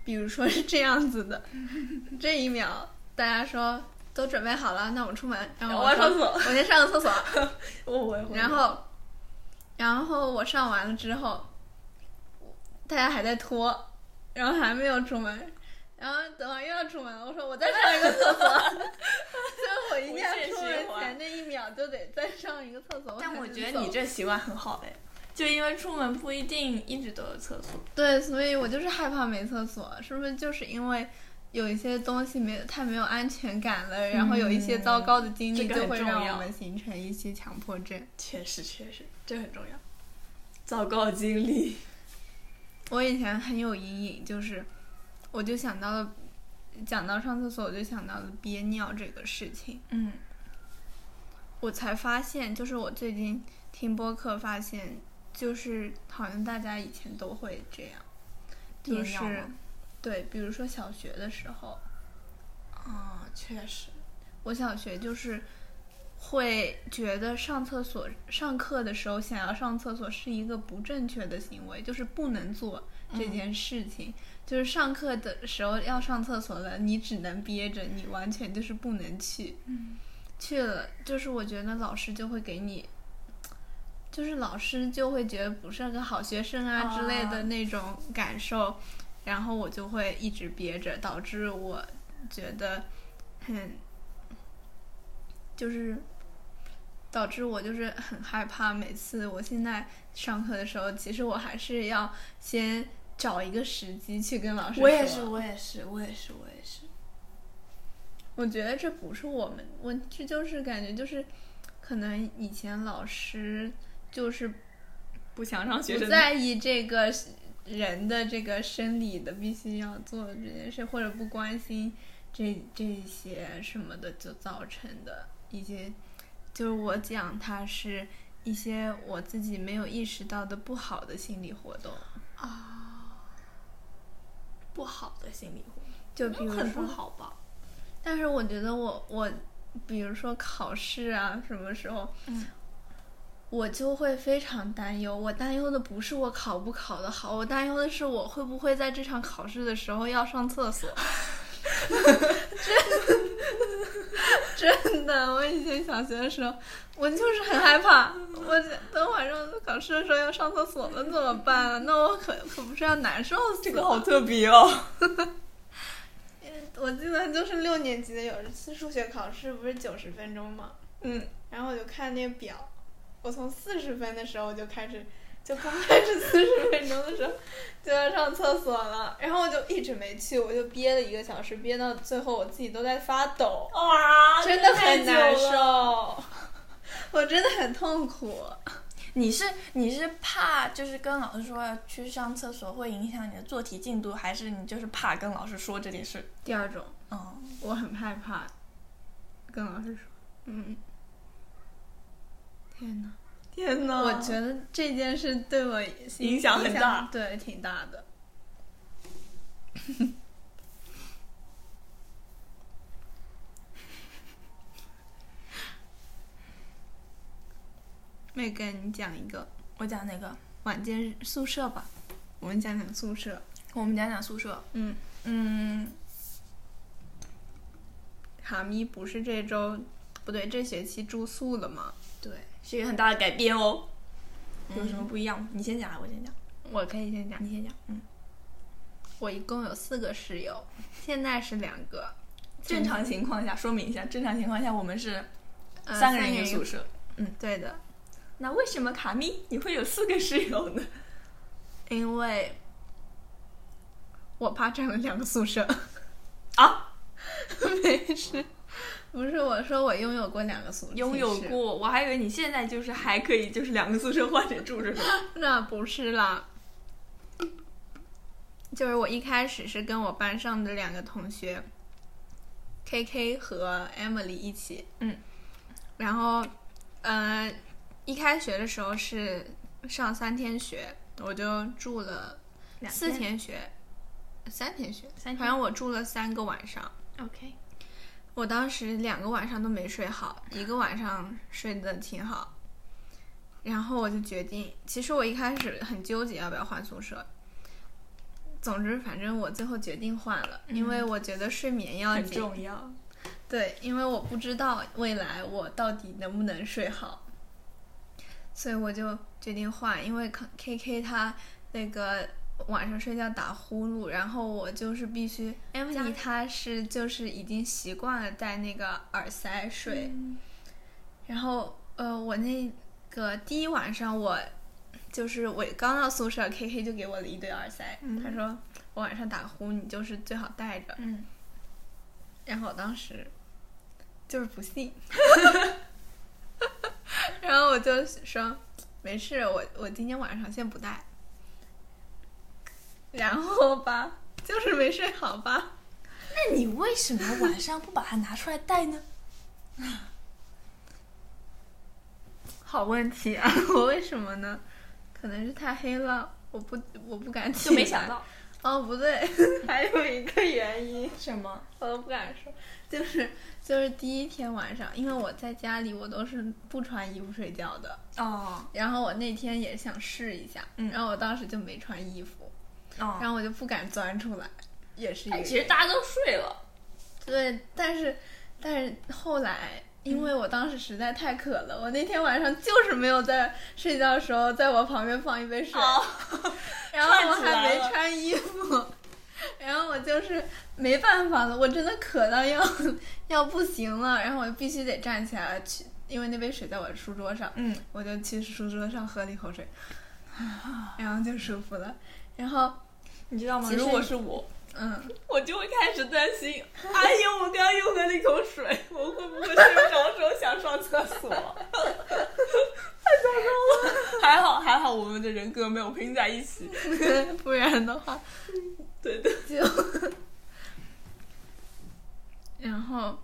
Speaker 1: 比如说是这样子的， 这一秒大家说都准备好了，那我们出门，然后
Speaker 2: 我要
Speaker 1: 说
Speaker 2: 上厕 所，
Speaker 1: 我先上个厕所，
Speaker 2: 嗯我我也会
Speaker 1: 然后然后我上完了之后，大家还在拖，然后还没有出门。然后等会儿又要出门了，我说我再上一个厕 所，所以我一定要
Speaker 2: 无限
Speaker 1: 出门
Speaker 2: 循环
Speaker 1: 前那一秒就得再上一个厕所。
Speaker 2: 但
Speaker 1: 才
Speaker 2: 我
Speaker 1: 能
Speaker 2: 觉得你
Speaker 1: 走
Speaker 2: 这习惯很好哎，就因为出门不一定一直都有厕所。
Speaker 1: 对，所以我就是害怕没厕所，是不是就是因为有一些东西没有太没有安全感了，然后有一些糟糕的经历
Speaker 2: 嗯这个
Speaker 1: 就
Speaker 2: 很
Speaker 1: 会
Speaker 2: 重
Speaker 1: 让
Speaker 2: 要
Speaker 1: 我们形成一些强迫症。
Speaker 2: 确实，确实，这很重要。糟糕经历。
Speaker 1: 我以前很有阴影，就是我就想到了，讲到上厕所，我就想到了憋尿这个事情。
Speaker 2: 嗯
Speaker 1: 我才发现，就是我最近听播客发现，就是好像大家以前都会这样，就
Speaker 2: 憋尿
Speaker 1: 是
Speaker 2: 吗
Speaker 1: 对，比如说小学的时候，
Speaker 2: 啊、确实。
Speaker 1: 我小学就是会觉得上厕所、上课的时候想要上厕所是一个不正确的行为，就是不能做这件事情。就是上课的时候要上厕所了，你只能憋着，你完全就是不能去。
Speaker 2: 嗯
Speaker 1: 去了，就是我觉得老师就会给你。就是老师就会觉得不是个好学生啊之类
Speaker 2: 啊
Speaker 1: 的那种感受，然后我就会一直憋着，导致我觉得很，就是导致我就是很害怕。每次我现在上课的时候，其实我还是要先找一个时机去跟老师说。
Speaker 2: 我也是，我也是，我也是，我也是。
Speaker 1: 我觉得这不是我们问这就是感觉就是，可能以前老师就是
Speaker 2: 不想让
Speaker 1: 不在意这个人的这个生理的必须要做这件事，或者不关心这这些什么的，就造成的一些，就是我讲它是一些我自己没有意识到的不好的心理活动，
Speaker 2: 啊不好的心理活动，
Speaker 1: 就比如
Speaker 2: 很不
Speaker 1: 说，
Speaker 2: 好吧？
Speaker 1: 但是我觉得我我，比如说考试啊，什么时候，
Speaker 2: 嗯
Speaker 1: 我就会非常担忧。我担忧的不是我考不考得好，我担忧的是我会不会在这场考试的时候要上厕所。 真真的，我以前小学的时候，我就是很害怕，我觉得等晚上考试的时候要上厕所了，怎么办啊？那我可可不是要难受死了？
Speaker 2: 好特别哦。
Speaker 1: 我记得就是六年级的有一次数学考试，不是九十分钟吗？
Speaker 2: 嗯，
Speaker 1: 然后我就看那个表，我从四十分的时候我就开始，就刚开始四十分钟的时候就要上厕所了，然后我就一直没去，我就憋了一个小时，憋到最后我自己都在发抖，
Speaker 2: 哇，
Speaker 1: 真的很难
Speaker 2: 啊太久了。
Speaker 1: 受， 我真的很痛苦。
Speaker 2: 你是你是怕就是跟老师说要去上厕所会影响你的做题进度，还是你就是怕跟老师说这件事？
Speaker 1: 第二种，
Speaker 2: 嗯，
Speaker 1: 我很害怕跟老师说，嗯，天哪。
Speaker 2: 天哪
Speaker 1: 我觉得这件事对我
Speaker 2: 影响很大，
Speaker 1: 对，挺大 的。妹跟你讲一个
Speaker 2: 我讲哪个？
Speaker 1: 晚间宿舍吧，我们讲讲宿舍。
Speaker 2: 我们讲讲宿舍。
Speaker 1: 嗯，
Speaker 2: 嗯，
Speaker 1: 卡咪不是这周，不对，这学期住宿了吗？
Speaker 2: 对，是一个很大的改变哦。有什么不一样吗？你先讲，啊还是我先讲，
Speaker 1: 我可以先讲，
Speaker 2: 你先讲。嗯
Speaker 1: 我一共有四个室友，现在是两个，
Speaker 2: 正常情况下，说明一下，正常情况下我们是
Speaker 1: 呃
Speaker 2: 三个人一个宿舍。
Speaker 1: 嗯对的，
Speaker 2: 那为什么卡咪你会有四个室友呢？
Speaker 1: 因为我爸占了两个宿舍。
Speaker 2: 啊，
Speaker 1: 没事，不是我说我拥有过两个宿舍，
Speaker 2: 拥有
Speaker 1: 寝室
Speaker 2: 过，我还以为你现在就是还可以，就是两个宿舍换着住是吧？
Speaker 1: 那不是啦，就是我一开始是跟我班上的两个同学，K K 和 Emily 一起，
Speaker 2: 嗯，
Speaker 1: 然后，呃，一开学的时候是上三天学，我就住了四天
Speaker 2: 天
Speaker 1: 学，三天学，
Speaker 2: 三天
Speaker 1: 反正我住了三个晚上。
Speaker 2: ，OK，
Speaker 1: 我当时两个晚上都没睡好，一个晚上睡得挺好，然后我就决定，其实我一开始很纠结要不要换宿舍。总之，反正我最后决定换了，因为我觉得睡眠要
Speaker 2: 嗯很
Speaker 1: 紧。
Speaker 2: 重要。
Speaker 1: 对，因为我不知道未来我到底能不能睡好，所以我就决定换。因为 K K 他那个晚上睡觉打呼噜，然后我就是必须
Speaker 2: 加油
Speaker 1: Emily 她是就是已经习惯了戴那个耳塞
Speaker 2: 嗯
Speaker 1: 睡，然后呃，我那个第一晚上我就是我刚到宿舍，K K 就给我了一对耳塞，
Speaker 2: 嗯
Speaker 1: 他说我晚上打呼，你就是最好戴着。
Speaker 2: 嗯，
Speaker 1: 然后我当时就是不信， 然后我就说没事，我我今天晚上先不戴，然后吧，就是没睡好吧，
Speaker 2: 那你为什么晚上不把它拿出来戴呢？
Speaker 1: 好问题啊， 我为什么呢？可能是太黑了，我不我不敢起
Speaker 2: 就没想
Speaker 1: 来
Speaker 2: 到
Speaker 1: 哦，不对， 还有一个原因，
Speaker 2: 什么，
Speaker 1: 我都不敢说，就是就是第一天晚上，因为我在家里我都是不穿衣服睡觉的，
Speaker 2: 哦
Speaker 1: 然后我那天也想试一下，
Speaker 2: 嗯
Speaker 1: 然后我当时就没穿衣服，
Speaker 2: 哦，
Speaker 1: 然后我就不敢钻出来，也是一个
Speaker 2: 哎但其实大家都睡了，
Speaker 1: 对，但是但是后来。因为我当时实在太渴了，我那天晚上就是没有在睡觉的时候，在我旁边放一杯水，然后我
Speaker 2: 哦串起来
Speaker 1: 还没
Speaker 2: 了
Speaker 1: 穿衣服，然后我就是没办法了，我真的渴到要 要不行了，然后我就必须得站起来去，因为那杯水在我书桌上，
Speaker 2: 嗯，
Speaker 1: 我就去书桌上喝了一口水， 然后就舒服了。然后，
Speaker 2: 你知道吗？
Speaker 1: 其实
Speaker 2: 如果是我，
Speaker 1: 嗯，
Speaker 2: 我就会开始担心，哎呦，我刚刚又喝了一口水， 我会不会睡不着的时候想上厕 所？太糟糕了！还好还好，我们的人格没有拼在一起。
Speaker 1: 不然的话
Speaker 2: 对的，
Speaker 1: 就，然后，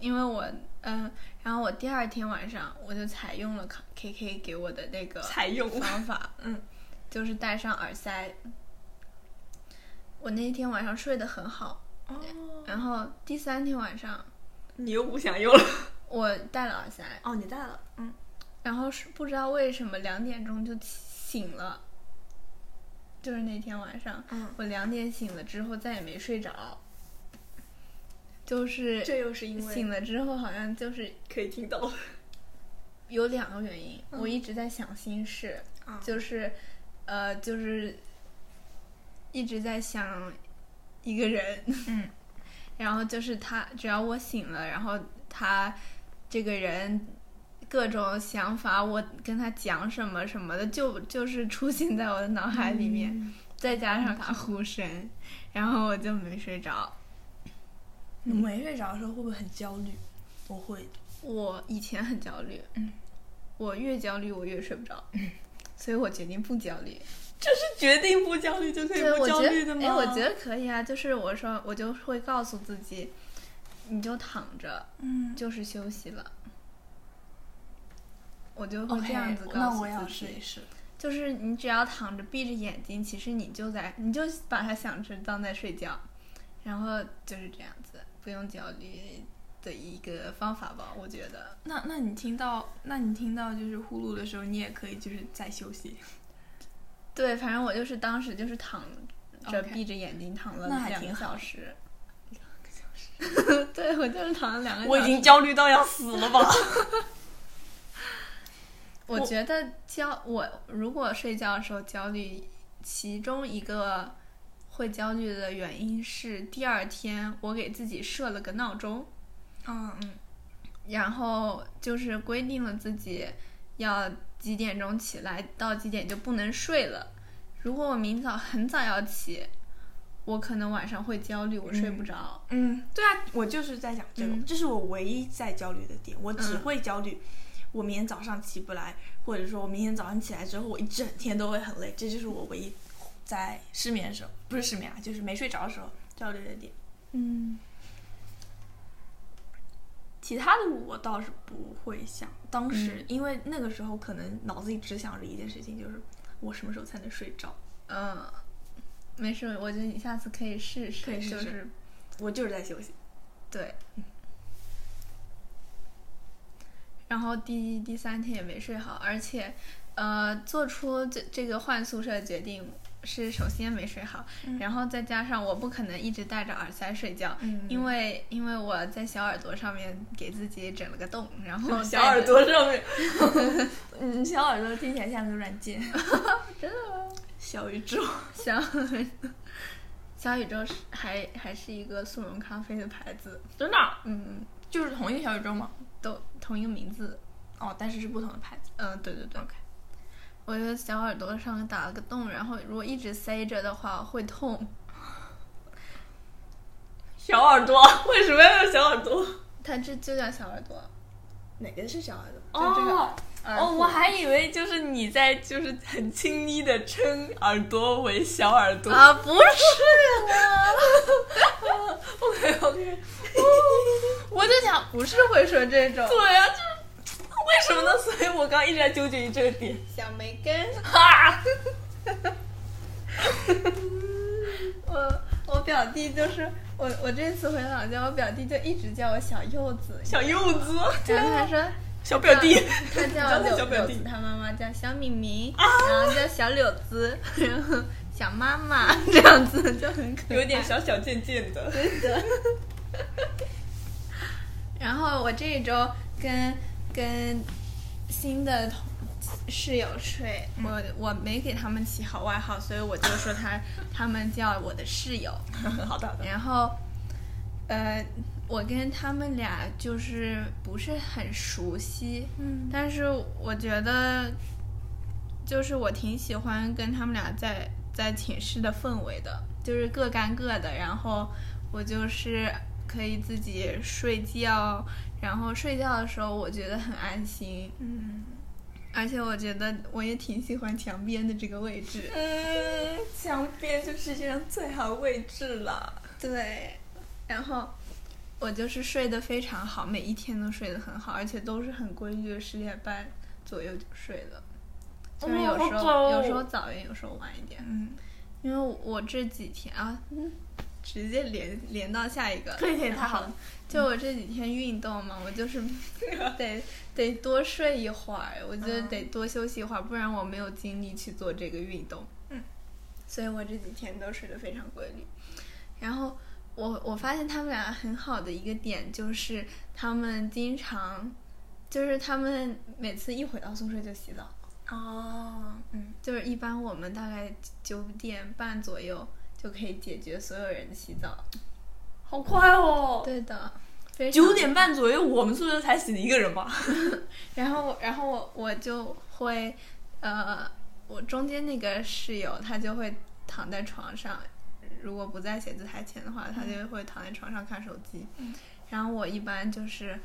Speaker 1: 因为我，嗯、然后我第二天晚上我就采用了 K K 给我的那个
Speaker 2: 采用
Speaker 1: 方法，
Speaker 2: 嗯，
Speaker 1: 就是戴上耳塞。我那天晚上睡得很好，
Speaker 2: 哦
Speaker 1: 然后第三天晚上
Speaker 2: 你又不想用了？
Speaker 1: 我戴了耳塞，
Speaker 2: 哦，你带了，嗯，
Speaker 1: 然后是不知道为什么两点钟就起醒了，就是那天晚上，
Speaker 2: 嗯
Speaker 1: 我两点醒了之后再也没睡着，就是
Speaker 2: 这又是因为
Speaker 1: 醒了之后好像就是
Speaker 2: 可以听到
Speaker 1: 有两个原因，
Speaker 2: 嗯
Speaker 1: 我一直在想心事，
Speaker 2: 啊
Speaker 1: 就是呃，就是一直在想一个人，
Speaker 2: 嗯，
Speaker 1: 然后就是他，只要我醒了，然后他这个人各种想法，我跟他讲什么什么的，就就是出现在我的脑海里
Speaker 2: 嗯
Speaker 1: 面，再加上他呼声，然后我就没睡着。
Speaker 2: 你没睡着的时候会不会很焦虑？我会，
Speaker 1: 我以前很焦虑，
Speaker 2: 嗯，
Speaker 1: 我越焦虑我越睡不着，所以我决定不焦虑。
Speaker 2: 这是决定不焦虑就可以
Speaker 1: 对，
Speaker 2: 不
Speaker 1: 我
Speaker 2: 焦
Speaker 1: 觉
Speaker 2: 虑
Speaker 1: 得
Speaker 2: 的，吗？
Speaker 1: 哎，我觉，得可以啊。就是我说，我就会告诉自己，你就躺着，
Speaker 2: 嗯，
Speaker 1: 就是休息了。我就会
Speaker 2: OK，
Speaker 1: 这样子告
Speaker 2: 哦那
Speaker 1: 诉
Speaker 2: 我也要
Speaker 1: 自
Speaker 2: 试
Speaker 1: 己，
Speaker 2: 一试。
Speaker 1: 就是你只要躺着闭着眼睛，其实你就在，你就把它想成当在睡觉，然后就是这样子，不用焦虑的一个方法吧，我觉得。
Speaker 2: 那那你听到，那你听到就是呼噜的时候，你也可以就是在休息，
Speaker 1: 对，反正我就是当时就是躺着
Speaker 2: OK
Speaker 1: 闭着眼睛躺了
Speaker 2: 那还
Speaker 1: 两
Speaker 2: 挺
Speaker 1: 个
Speaker 2: 好
Speaker 1: 小 时。 对，我就是躺了两个小时。
Speaker 2: 我已经焦虑到要死了吧？
Speaker 1: 我
Speaker 2: 我
Speaker 1: 觉得焦，我如果睡觉的时候焦虑，其中一个会焦虑的原因是，第二天我给自己设了个闹钟，
Speaker 2: 嗯嗯
Speaker 1: 然后就是规定了自己要几点钟起来，到几点就不能睡了。如果我明早 很早要起，我可能晚上会焦虑，我睡不着。
Speaker 2: 嗯，
Speaker 3: 对啊，我就是在讲这个，
Speaker 1: 嗯
Speaker 3: 这是我唯一在焦虑的点，我只
Speaker 1: 嗯
Speaker 3: 会焦虑。我明天早上起不来，或者说我明天早上起来之后，我一整天都会很累，这就是我唯一在失眠的时候，不是失眠啊，就是没睡着的时候焦虑的点。
Speaker 1: 嗯
Speaker 3: 其他的我倒是不会想，当时、
Speaker 1: 嗯
Speaker 3: 因为那个时候可能脑子里只想着一件事情，就是我什么时候才能睡着。
Speaker 1: 嗯，没事，我觉得你下次可以试试，
Speaker 3: 可以试试
Speaker 1: 就是
Speaker 3: 我就是在休息。
Speaker 1: 对。然后第第三天也没睡好，而且，呃，做出这这个换宿舍的决定是首先没睡好，
Speaker 2: 嗯
Speaker 1: 然后再加上我不可能一直戴着耳塞睡觉，
Speaker 3: 嗯
Speaker 1: 因为因为我在小耳朵上面给自己整了个洞，然后
Speaker 3: 小
Speaker 1: 戴着
Speaker 3: 耳朵上面，
Speaker 2: 嗯，小耳朵听起来像个软 件。
Speaker 3: 小宇宙，
Speaker 1: 小 小宇宙是还还是一个速溶咖啡的牌子，
Speaker 3: 真的啊
Speaker 1: 嗯，
Speaker 2: 就是同一个小宇宙吗？
Speaker 1: 都同一个名字，
Speaker 3: 哦，但是是不同的牌子。
Speaker 1: 嗯，对对对。我觉得小耳朵上打了个洞，然后如果一直塞着的话会痛。
Speaker 3: 小耳朵，为什么要用小耳朵？
Speaker 1: 它这就叫小耳朵，
Speaker 3: 哪个是小耳朵？
Speaker 1: 就这个
Speaker 2: 哦
Speaker 1: 耳
Speaker 2: 哦，
Speaker 1: 朵
Speaker 2: 我还以为就是你在就是很亲昵的称耳朵为小耳朵。
Speaker 1: 啊不是啦，
Speaker 2: OK OK，我就 想，
Speaker 1: 不是会说这种
Speaker 2: 对呀、啊，就是为什么呢？所以我刚刚一直在纠结于这个点。
Speaker 1: 小梅根。
Speaker 2: 啊，
Speaker 1: 我我表弟就是我，我这次回老家，我表弟就一直叫我小柚子，
Speaker 2: 小柚子，
Speaker 1: 然后他说
Speaker 2: 小表弟，
Speaker 1: 他叫
Speaker 2: 你知道他
Speaker 1: 柳
Speaker 2: 小表
Speaker 1: 柳
Speaker 2: 弟啊
Speaker 1: 子，他妈妈叫小敏敏，然后叫小柳子， 然后小妈妈 这样子就很可爱。
Speaker 2: 有点小小贱贱的。
Speaker 1: 然后我这一周跟跟新的同室友睡，
Speaker 2: 嗯
Speaker 1: 我我没给他们起好外号，所以我就说他他们叫我的室友。
Speaker 2: 好的好的，
Speaker 1: 然后，呃，我跟他们俩就是不是很熟悉，
Speaker 2: 嗯
Speaker 1: 但是我觉得，就是我挺喜欢跟他们俩在在寝室的氛围的，就是各干各的，然后我就是可以自己睡觉，然后睡觉的时候我觉得很安心，
Speaker 2: 嗯
Speaker 1: 而且我觉得我也挺喜欢墙边的这个位置。
Speaker 2: 嗯，墙边就是世界上最好的位置了。
Speaker 1: 对，然后我就是睡得非常好，每一天都睡得很好，而且都是很规律的，十点半左右就睡了。虽然有时候、
Speaker 2: 哦
Speaker 1: 有时候早一点，有时候晚一点，
Speaker 2: 嗯，
Speaker 1: 因为我这几天啊，嗯，直接连连到下一个，
Speaker 2: 可以可以，太好了。
Speaker 1: 就我这几天运动嘛，我 就是得得多睡一会儿，我觉得
Speaker 2: 嗯
Speaker 1: 得多休息一会儿，不然我没有精力去做这个运动。
Speaker 2: 嗯，
Speaker 1: 所以我这几天都睡得非常规律。然后我我发现他们俩很好的一个点就是，他们经常就是他们每次一回到宿舍就洗澡，
Speaker 2: 哦，嗯，
Speaker 1: 就是一般我们大概九点半左右就可以解决所有人的洗澡。
Speaker 2: 好快哦！
Speaker 1: 对的，非常
Speaker 2: 九点半左右，我们宿舍才死一个人吧？
Speaker 1: 然后，然后我我就会，呃，我中间那个室友他就会躺在床上，如果不在写字台前的话，他就会躺在床上看手机。
Speaker 2: 嗯
Speaker 1: 然后我一般就是，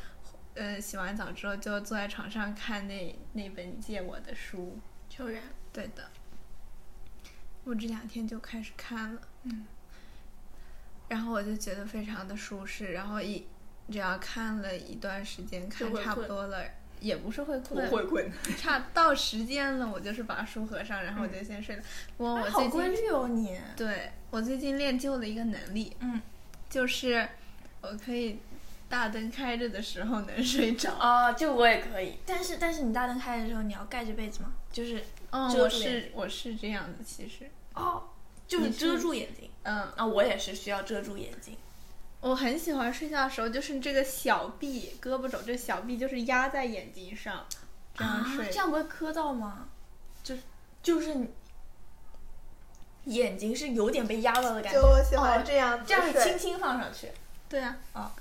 Speaker 1: 呃，洗完澡之后就坐在床上看那那本你借我的书。
Speaker 3: 秋然，
Speaker 1: 对的，我这两天就开始看了，
Speaker 2: 嗯，
Speaker 1: 然后我就觉得非常的舒适，然后一只要看了一段时间，
Speaker 3: 就
Speaker 1: 看
Speaker 3: 会
Speaker 1: 差不
Speaker 3: 困
Speaker 1: 多了，也不是会困，
Speaker 2: 困。
Speaker 1: 差到时间了，我就是把书合上，然后我就先睡了。不过我
Speaker 2: 好
Speaker 1: 最
Speaker 2: 规
Speaker 1: 近
Speaker 2: 律哦，你。
Speaker 1: 对我最近练就了一个能力，
Speaker 2: 嗯，
Speaker 1: 就是我可以大灯开着的时候能睡着。
Speaker 2: 哦，这个我也可以。
Speaker 3: 但是但是你大灯开的时候，你要盖着被子吗？就是
Speaker 1: 嗯，
Speaker 3: 遮
Speaker 1: 我
Speaker 3: 住
Speaker 1: 是我是这样的，其实，
Speaker 3: 哦，就是
Speaker 1: 你是
Speaker 3: 遮住眼睛
Speaker 1: 嗯，
Speaker 3: 啊、我也是需要遮住眼睛。
Speaker 1: 我很喜欢睡觉的时候，就是这个小臂、胳膊肘，这小臂就是压在眼睛上，啊这样睡。
Speaker 3: 这样不会磕到吗？就就是你
Speaker 2: 眼睛是有点被压到的感
Speaker 4: 就
Speaker 2: 觉，
Speaker 4: 我喜
Speaker 1: 哦
Speaker 4: 欢这样
Speaker 2: 这样
Speaker 4: 子睡哦
Speaker 2: 轻轻放上去。
Speaker 1: 对啊，
Speaker 2: 啊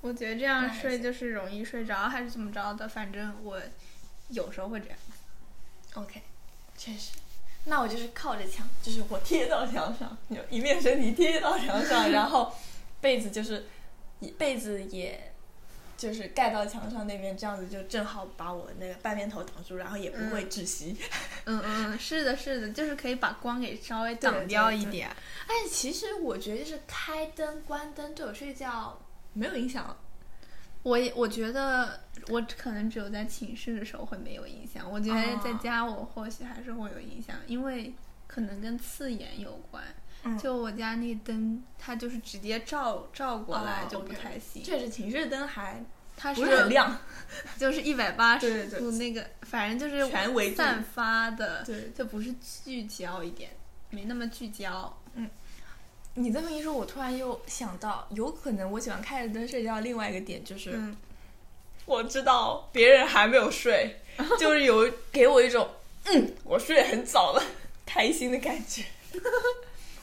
Speaker 1: 我觉得这
Speaker 2: 那
Speaker 1: 样
Speaker 2: 还
Speaker 1: 睡
Speaker 2: 行
Speaker 1: 就是容易睡着，还是怎么着的？反正我有时候会这样。
Speaker 2: OK，确实。那我就是靠着墙，就是我贴到墙上，有一面身体贴到墙上，然后被子就是被子也就是盖到墙上那边，这样子就正好把我那个半边头挡住，然后也不会窒息。
Speaker 1: 嗯嗯，嗯，是的，是的，就是可以把光给稍微
Speaker 2: 对
Speaker 1: 挡掉一
Speaker 2: 对
Speaker 1: 点。
Speaker 2: 哎，其实我觉得就是开灯、关灯对我睡觉没有影响了。
Speaker 1: 我也我觉得我可能只有在寝室的时候会没有影响，我觉得在
Speaker 2: 哦
Speaker 1: 家我或许还是会有影响，因为可能跟刺眼有关。
Speaker 2: 嗯
Speaker 1: 就我家那灯，它就是直接照照过来
Speaker 2: 哦
Speaker 1: 就不
Speaker 2: OK
Speaker 1: 太行，
Speaker 2: 确实，寝室灯还
Speaker 1: 它
Speaker 2: 不是很亮。
Speaker 1: 就是一百八
Speaker 2: 对
Speaker 1: 十
Speaker 2: 对对
Speaker 1: 度那个，反正就是
Speaker 2: 全围住
Speaker 1: 散发的，
Speaker 2: 对，
Speaker 1: 就不是聚焦一点，没那么聚焦。
Speaker 2: 你这么一说，我突然又想到，有可能我喜欢开着灯睡觉。另外一个点就是，
Speaker 1: 嗯
Speaker 2: 我知道别人还没有睡，就是 有给我一种，嗯，我睡得很早了，开心的感觉。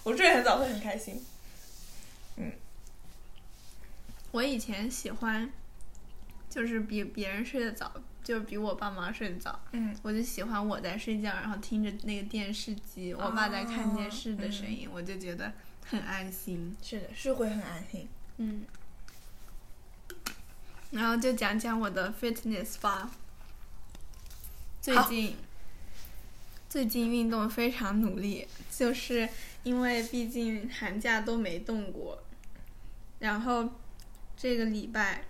Speaker 2: 我睡得很早会很开心。
Speaker 1: 我以前喜欢，就是比别人睡得早，就是比我爸妈睡得早。
Speaker 2: 嗯，
Speaker 1: 我就喜欢我在睡觉，然后听着那个电视机，我爸在看
Speaker 2: 哦
Speaker 1: 电视
Speaker 2: 嗯
Speaker 1: 的声音，我就觉得很安心。
Speaker 2: 是的，是会很安心。
Speaker 1: 嗯。然后就讲讲我的 fitness 吧。最
Speaker 2: 好
Speaker 1: 近，最近运动非常努力，就是因为毕竟寒假都没动过，然后这个礼拜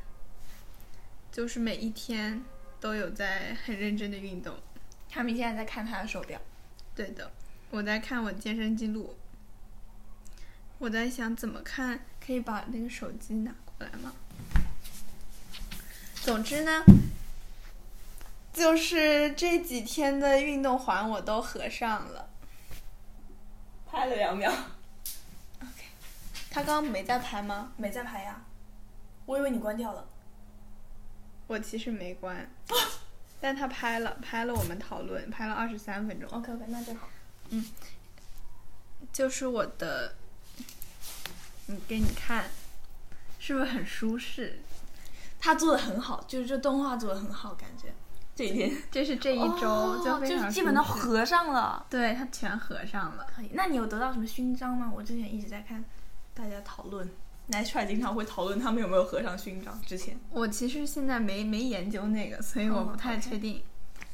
Speaker 1: 就是每一天都有在很认真的运动。
Speaker 2: 他们现在在看他的手表，
Speaker 1: 对的，我在看我健身记录，我在想怎么看可以把那个手机拿过来吗？总之呢，就是这几天的运动环我都合上了。
Speaker 2: 拍了两秒，
Speaker 1: 他刚刚没在拍吗？
Speaker 2: 没在拍呀。我以为你关掉了。
Speaker 1: 我其实没关， 但他拍了，拍了我们讨论，拍了二十三分钟。哦
Speaker 2: OK OK，那就好。
Speaker 1: 就是我的，你给你看，是不是很舒适？
Speaker 2: 他做的很好，就是这动画做的很好，感觉这一天哦
Speaker 1: 这是这一周、就非常
Speaker 2: 是基本都
Speaker 1: 舒适
Speaker 2: 合上了。
Speaker 1: 对，它全合上了。
Speaker 2: 可以，那你有得到什么勋章吗？我之前一直在看大家讨论，Nitro 经常会讨论他们有没有合上勋章。之前
Speaker 1: 我其实现在没没研究那个，所以我
Speaker 2: 哦
Speaker 1: 不太
Speaker 2: OK
Speaker 1: 确定。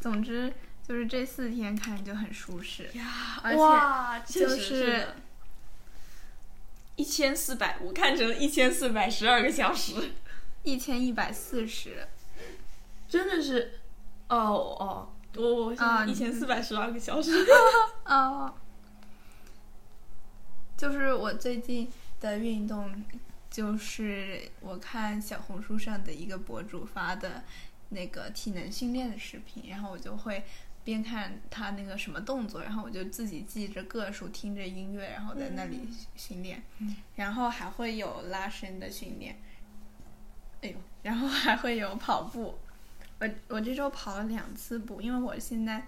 Speaker 1: 总之就是这四天看就很舒适，
Speaker 2: 呀
Speaker 1: 而且
Speaker 2: 哇，
Speaker 1: 就
Speaker 2: 确实是一千四百，我看成一千四百十二个小时，
Speaker 1: 一千一百四十。
Speaker 2: 真的是，哦哦，我我
Speaker 1: 啊
Speaker 2: 一千四百十二个小时，
Speaker 1: 哦，就是我最近的运动，就是我看小红书上的一个博主发的那个体能训练的视频，然后我就会边看他那个什么动作，然后我就自己记着个数，听着音乐，然后在那里训练，然后还会有拉伸的训练，哎呦，然后还会有跑步。我我这周跑了两次步，因为我现在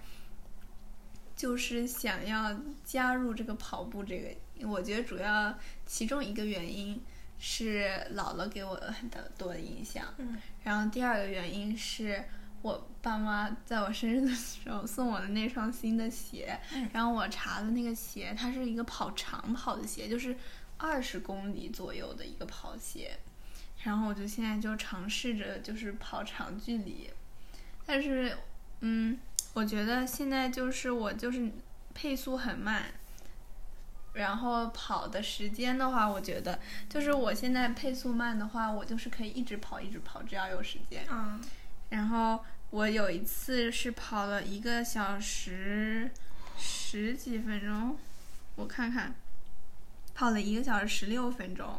Speaker 1: 就是想要加入这个跑步这个，我觉得主要其中一个原因是姥姥给我很多的影响，
Speaker 2: 嗯，
Speaker 1: 然后第二个原因是我爸妈在我生日的时候送我的那双新的鞋，然后我查的那个鞋，它是一个跑长跑的鞋，就是二十公里左右的一个跑鞋，然后我就现在就尝试着就是跑长距离，但是嗯。我觉得现在就是我就是配速很慢，然后跑的时间的话，我觉得就是我现在配速慢的话，我就是可以一直跑一直跑，只要有时间。
Speaker 2: 嗯，
Speaker 1: 然后我有一次是跑了一个小时十几分钟，我看看，跑了一个小时十六分钟，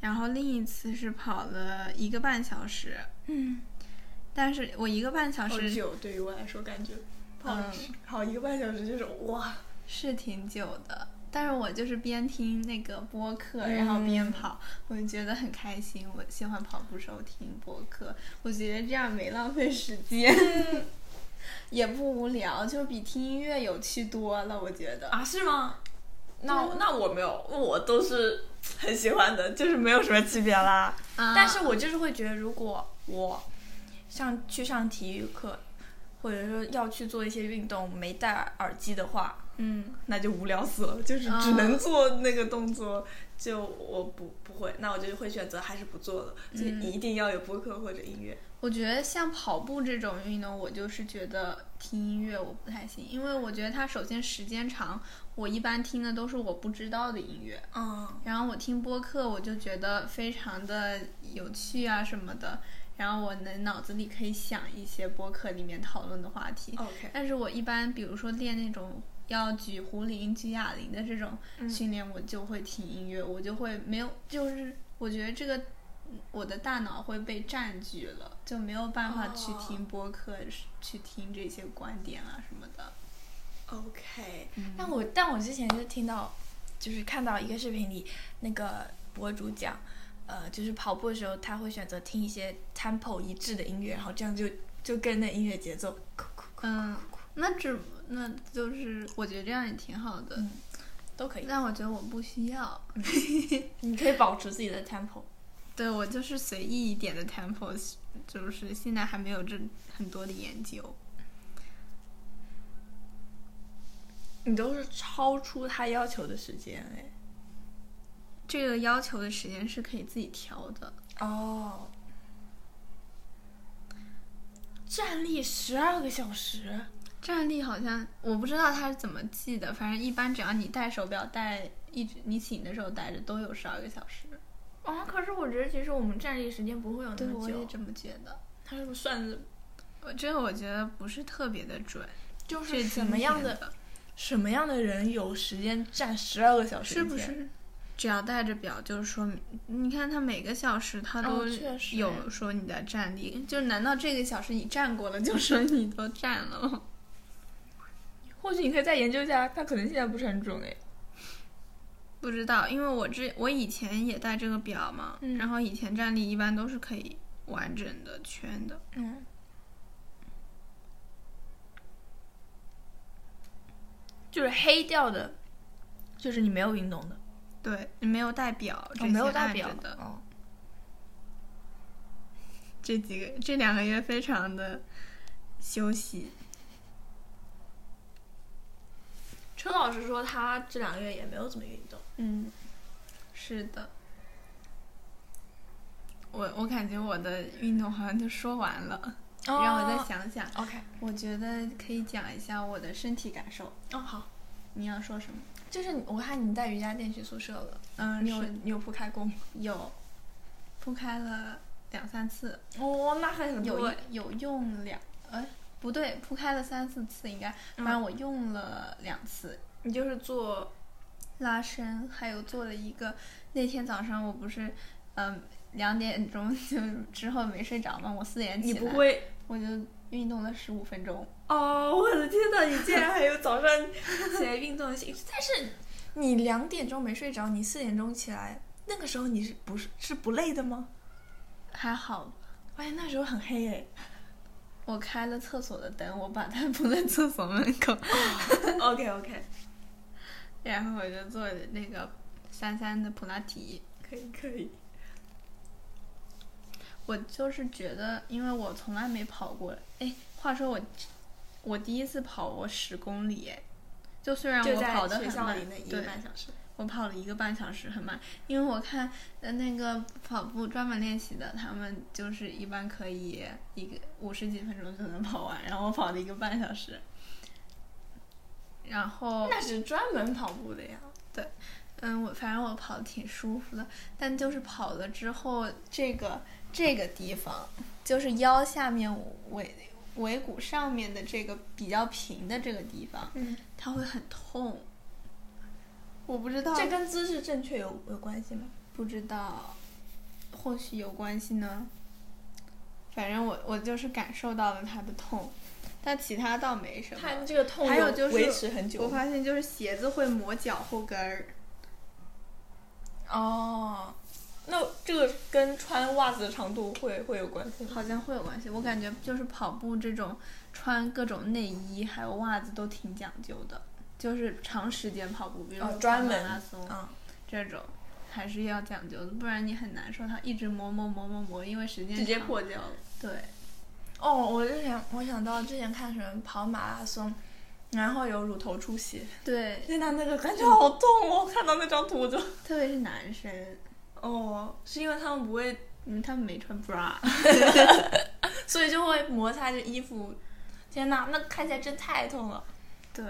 Speaker 1: 然后另一次是跑了一个半小时。
Speaker 2: 嗯，哦
Speaker 1: 但是我一个半小时
Speaker 2: 久对于我来说感觉。跑
Speaker 1: 嗯
Speaker 2: 跑一个半小时，就是哇，
Speaker 1: 是挺久的，但是我就是边听那个播客，
Speaker 2: 嗯
Speaker 1: 然后边跑，我就觉得很开心。我喜欢跑步时候听播客，我觉得这样没浪费时间，
Speaker 2: 嗯
Speaker 1: 也不无聊，就比听音乐有趣多了。我觉得，
Speaker 2: 啊，是吗？那
Speaker 3: 那那我没有，我都是很喜欢的，就是没有什么区别啦。
Speaker 1: 啊
Speaker 2: 但是我就是会觉得，如果我上去上体育课，或者说要去做一些运动，没戴耳机的话，
Speaker 1: 嗯，
Speaker 3: 那就无聊死了，就是只能做那个动作，就我不不会，那我就会选择还是不做了，就一定要有播客或者音乐。
Speaker 1: 我觉得像跑步这种运动，我就是觉得听音乐我不太行，因为我觉得它首先时间长，我一般听的都是我不知道的音乐，
Speaker 2: 嗯，
Speaker 1: 然后我听播客我就觉得非常的有趣啊什么的，然后我能脑子里可以想一些播客里面讨论的话题，
Speaker 3: OK，
Speaker 1: 但是我一般比如说练那种要举壶铃、举哑铃的这种
Speaker 2: 嗯
Speaker 3: 嗯
Speaker 1: 训练，我就会听音乐，我就会没有，就是我觉得这个我的大脑会被占据了，就没有办法去
Speaker 3: 哦
Speaker 1: 听播客、是去听这些观点啊什么的。
Speaker 3: OK，
Speaker 2: 但我但我之前就听到，就是看到一个视频里那个博主讲，呃，就是跑步的时候他会选择听一些 tempo 一致的音乐，然后这样就就跟那音乐节奏，
Speaker 1: 嗯，那只那就是我觉得这样也挺好的，
Speaker 2: 嗯都可以，
Speaker 1: 但我觉得我不需要，
Speaker 2: 你可以保持自己的 tempo。
Speaker 1: 对我就是随意一点的 tempo，就是现在还没有这很多的研究。
Speaker 2: 你都是超出他要求的时间哎。
Speaker 1: 这个要求的时间是可以自己调的，
Speaker 2: 哦，站立十二个小时，
Speaker 1: 站立好像我不知道它是怎么记的，反正一般只要你戴手表戴一直你醒的时候戴着都有十二个小时。
Speaker 2: 啊、可是我觉得其实我们站立时间不会有那
Speaker 1: 对，
Speaker 2: 么
Speaker 1: 我也
Speaker 2: 久，
Speaker 1: 这么觉得。
Speaker 3: 他是不是算是
Speaker 1: 我这个我觉得不是特别的准，
Speaker 2: 就是是什么样的
Speaker 1: 的？
Speaker 2: 什么样的人有时间站十二个小时？
Speaker 1: 是不？是只要戴着表，就是说明你看它每个小时它都
Speaker 2: 哦确实
Speaker 1: 有说你的站立，就难道这个小时你站过了，就说你都站了吗？
Speaker 2: 或许你可以再研究一下，他可能现在不是很准哎。
Speaker 1: 不知道，因为我之我以前也戴这个表嘛，
Speaker 2: 嗯
Speaker 1: 然后以前站立一般都是可以完整的圈的。
Speaker 2: 嗯。就是黑掉的，就是你没有运动的，
Speaker 1: 对，你没有戴表，这
Speaker 2: 我哦没有
Speaker 1: 些
Speaker 2: 代
Speaker 1: 按
Speaker 2: 表
Speaker 1: 着的
Speaker 2: 哦，
Speaker 1: 这几个这两个月非常的休息。
Speaker 2: 车老师说他这两个月也没有怎么运动。
Speaker 1: 嗯，是的。我我感觉我的运动好像就说完了，
Speaker 2: 哦
Speaker 1: 让我再。想想。
Speaker 2: OK，
Speaker 1: 我觉得可以讲一下我的身体感受。
Speaker 2: 哦好，
Speaker 1: 你要说什么？
Speaker 2: 就是你我看你带瑜伽垫去宿舍了，
Speaker 1: 嗯，
Speaker 2: 你有
Speaker 1: 是
Speaker 2: 你有铺开过吗？
Speaker 1: 有铺开了两三次，
Speaker 2: 哦，那还很
Speaker 1: 有有用两呃不对，铺开了三四次应该，
Speaker 2: 嗯
Speaker 1: 反正我用了两次，
Speaker 2: 你就是做
Speaker 1: 拉伸，还有做了一个那天早上我不是嗯两点钟就之后没睡着嘛，我四点起
Speaker 3: 你
Speaker 1: 来，
Speaker 3: 不会？
Speaker 1: 我就运动了十五分钟。
Speaker 3: 哦，我的天呐，你竟然还有早上
Speaker 2: 起来运动的兴趣，但是 你两点钟没睡着，你四点钟起来，那个时候你是不是是不累的吗？
Speaker 1: 还好
Speaker 2: 哎，那时候很黑 哎。
Speaker 1: 我开了厕所的灯，我把它铺在厕所门口，
Speaker 3: OK OK，
Speaker 1: 然后我就做那个三三的普拉提。
Speaker 3: 可以可以。
Speaker 1: 我就是觉得，因为我从来没跑过，哎，话说我我第一次跑过十公里，哎，就虽然
Speaker 3: 就
Speaker 1: 我
Speaker 3: 在
Speaker 1: 跑的
Speaker 3: 学
Speaker 1: 很
Speaker 3: 校里
Speaker 1: 慢
Speaker 3: 那一
Speaker 1: 对
Speaker 3: 个半小时。
Speaker 1: 我跑了一个半小时，很慢，因为我看呃那个跑步专门练习的，他们就是一般可以一个五十几分钟就能跑完，然后我跑了一个半小时，然后
Speaker 2: 那是专门跑步的呀。
Speaker 1: 嗯，我反正我跑的挺舒服的，但就是跑了之后，这个这个地方就是腰下面尾尾骨上面的这个比较平的这个地方，
Speaker 2: 嗯，
Speaker 1: 它会很痛，我不知道
Speaker 2: 这跟姿势正确有有关系吗？
Speaker 1: 不知道，或许有关系呢。反正我我就是感受到了它的痛，但其他倒没什么。
Speaker 2: 看这个痛
Speaker 1: 还有就是
Speaker 2: 维持很久
Speaker 1: 我发现就是鞋子会磨脚后跟儿，
Speaker 2: 哦。那这个跟穿袜子的长度会会有关系吗？
Speaker 1: 好像会有关系。我感觉就是跑步这种穿各种内衣还有袜子都挺讲究的。就是长时间跑步，比如
Speaker 3: 哦
Speaker 1: 说
Speaker 3: 专
Speaker 1: 跑马
Speaker 3: 门
Speaker 1: 拉松、
Speaker 3: 嗯
Speaker 1: 这种，还是要讲究的，不然你很难说它一直磨磨磨磨磨，因为时间
Speaker 3: 直接
Speaker 1: 长
Speaker 3: 破掉了。
Speaker 1: 对，
Speaker 2: 哦，我之前我想到之前看什么跑马拉松，然后有乳头出血，
Speaker 1: 对，
Speaker 3: 天呐，那个感觉好痛哦！看到那张图就
Speaker 1: 特别是男生，
Speaker 3: 哦，是因为他们不会，
Speaker 1: 嗯，他们没穿 bra，
Speaker 2: 所以就会摩擦着衣服。天哪，那看起来真太痛了。
Speaker 1: 对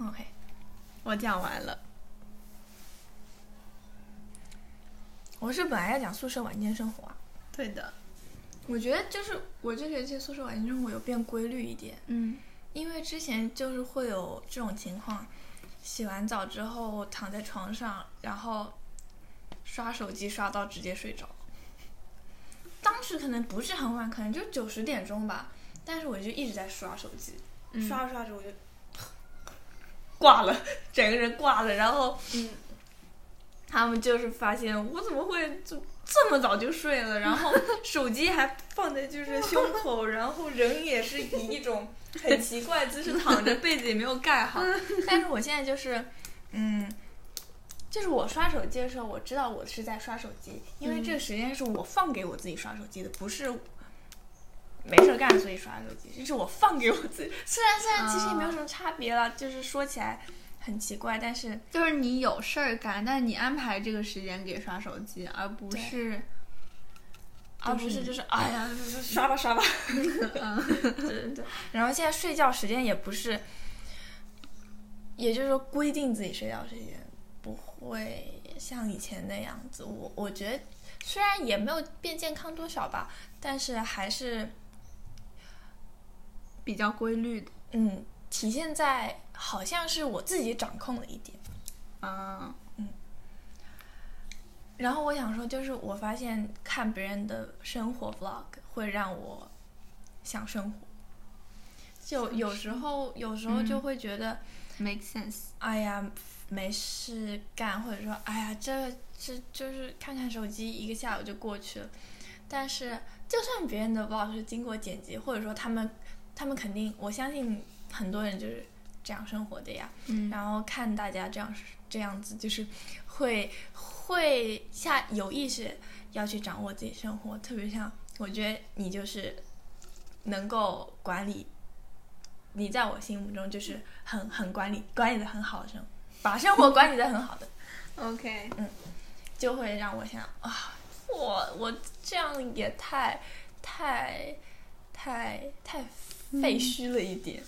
Speaker 2: OK，
Speaker 1: 我讲完了，
Speaker 2: 我是本来要讲宿舍晚间生活啊，
Speaker 1: 对的，
Speaker 2: 我觉得就是我这学期宿舍晚间生活有变规律一点，
Speaker 1: 嗯，
Speaker 2: 因为之前就是会有这种情况，洗完澡之后躺在床上，然后刷手机刷到直接睡着。当时可能不是很晚，可能就九十点钟吧，但是我就一直在刷手机，
Speaker 1: 嗯
Speaker 2: 刷着刷着我就
Speaker 3: 挂了，整个人挂了，然后
Speaker 2: 他们就是发现我怎么会就这么早就睡了，然后手机还放在就是胸口，然后人也是以一种很奇怪的姿势躺着，被子也没有盖好。但是我现在就是，嗯，就是我刷手机的时候，我知道我是在刷手机，因为这个时间是我放给我自己刷手机的，不是。没事儿干，所以刷手机，这是我放给我自己。虽然虽然其实也没有什么差别了，就是说起来很奇怪，但是
Speaker 1: 就是你有事儿干，但你安排这个时间给刷手机，而不
Speaker 2: 对
Speaker 1: 是
Speaker 2: 而不是就是哎呀，刷吧刷吧。
Speaker 1: 嗯
Speaker 2: 对对对。然后现在睡觉时间也不是，也就是说规定自己睡觉时间，不会像以前那样子。我我觉得虽然也没有变健康多少吧，但是还是
Speaker 1: 比较规律的，
Speaker 2: 嗯，体现在好像是我自己掌控了一点。
Speaker 1: 嗯，
Speaker 2: 然后我想说，就是我发现看别人的生活 vlog 会让我想生活，就有时候有时候就会觉得，
Speaker 1: make sense。
Speaker 2: 哎呀没事干，或者说哎呀这这就是看看手机，一个下午就过去了。但是就算别人的 vlog 是经过剪辑，或者说他们他们肯定，我相信很多人就是这样生活的呀。
Speaker 1: 嗯
Speaker 2: 然后看大家这样这样子，就是会会下有意识要去掌握自己生活，特别像我觉得你就是能够管理，你在我心目中就是很很管理管理的很好的生活，把生活管理的很好的，
Speaker 1: OK，
Speaker 2: 就会让我想啊，我我这样也太太太太废墟了一点。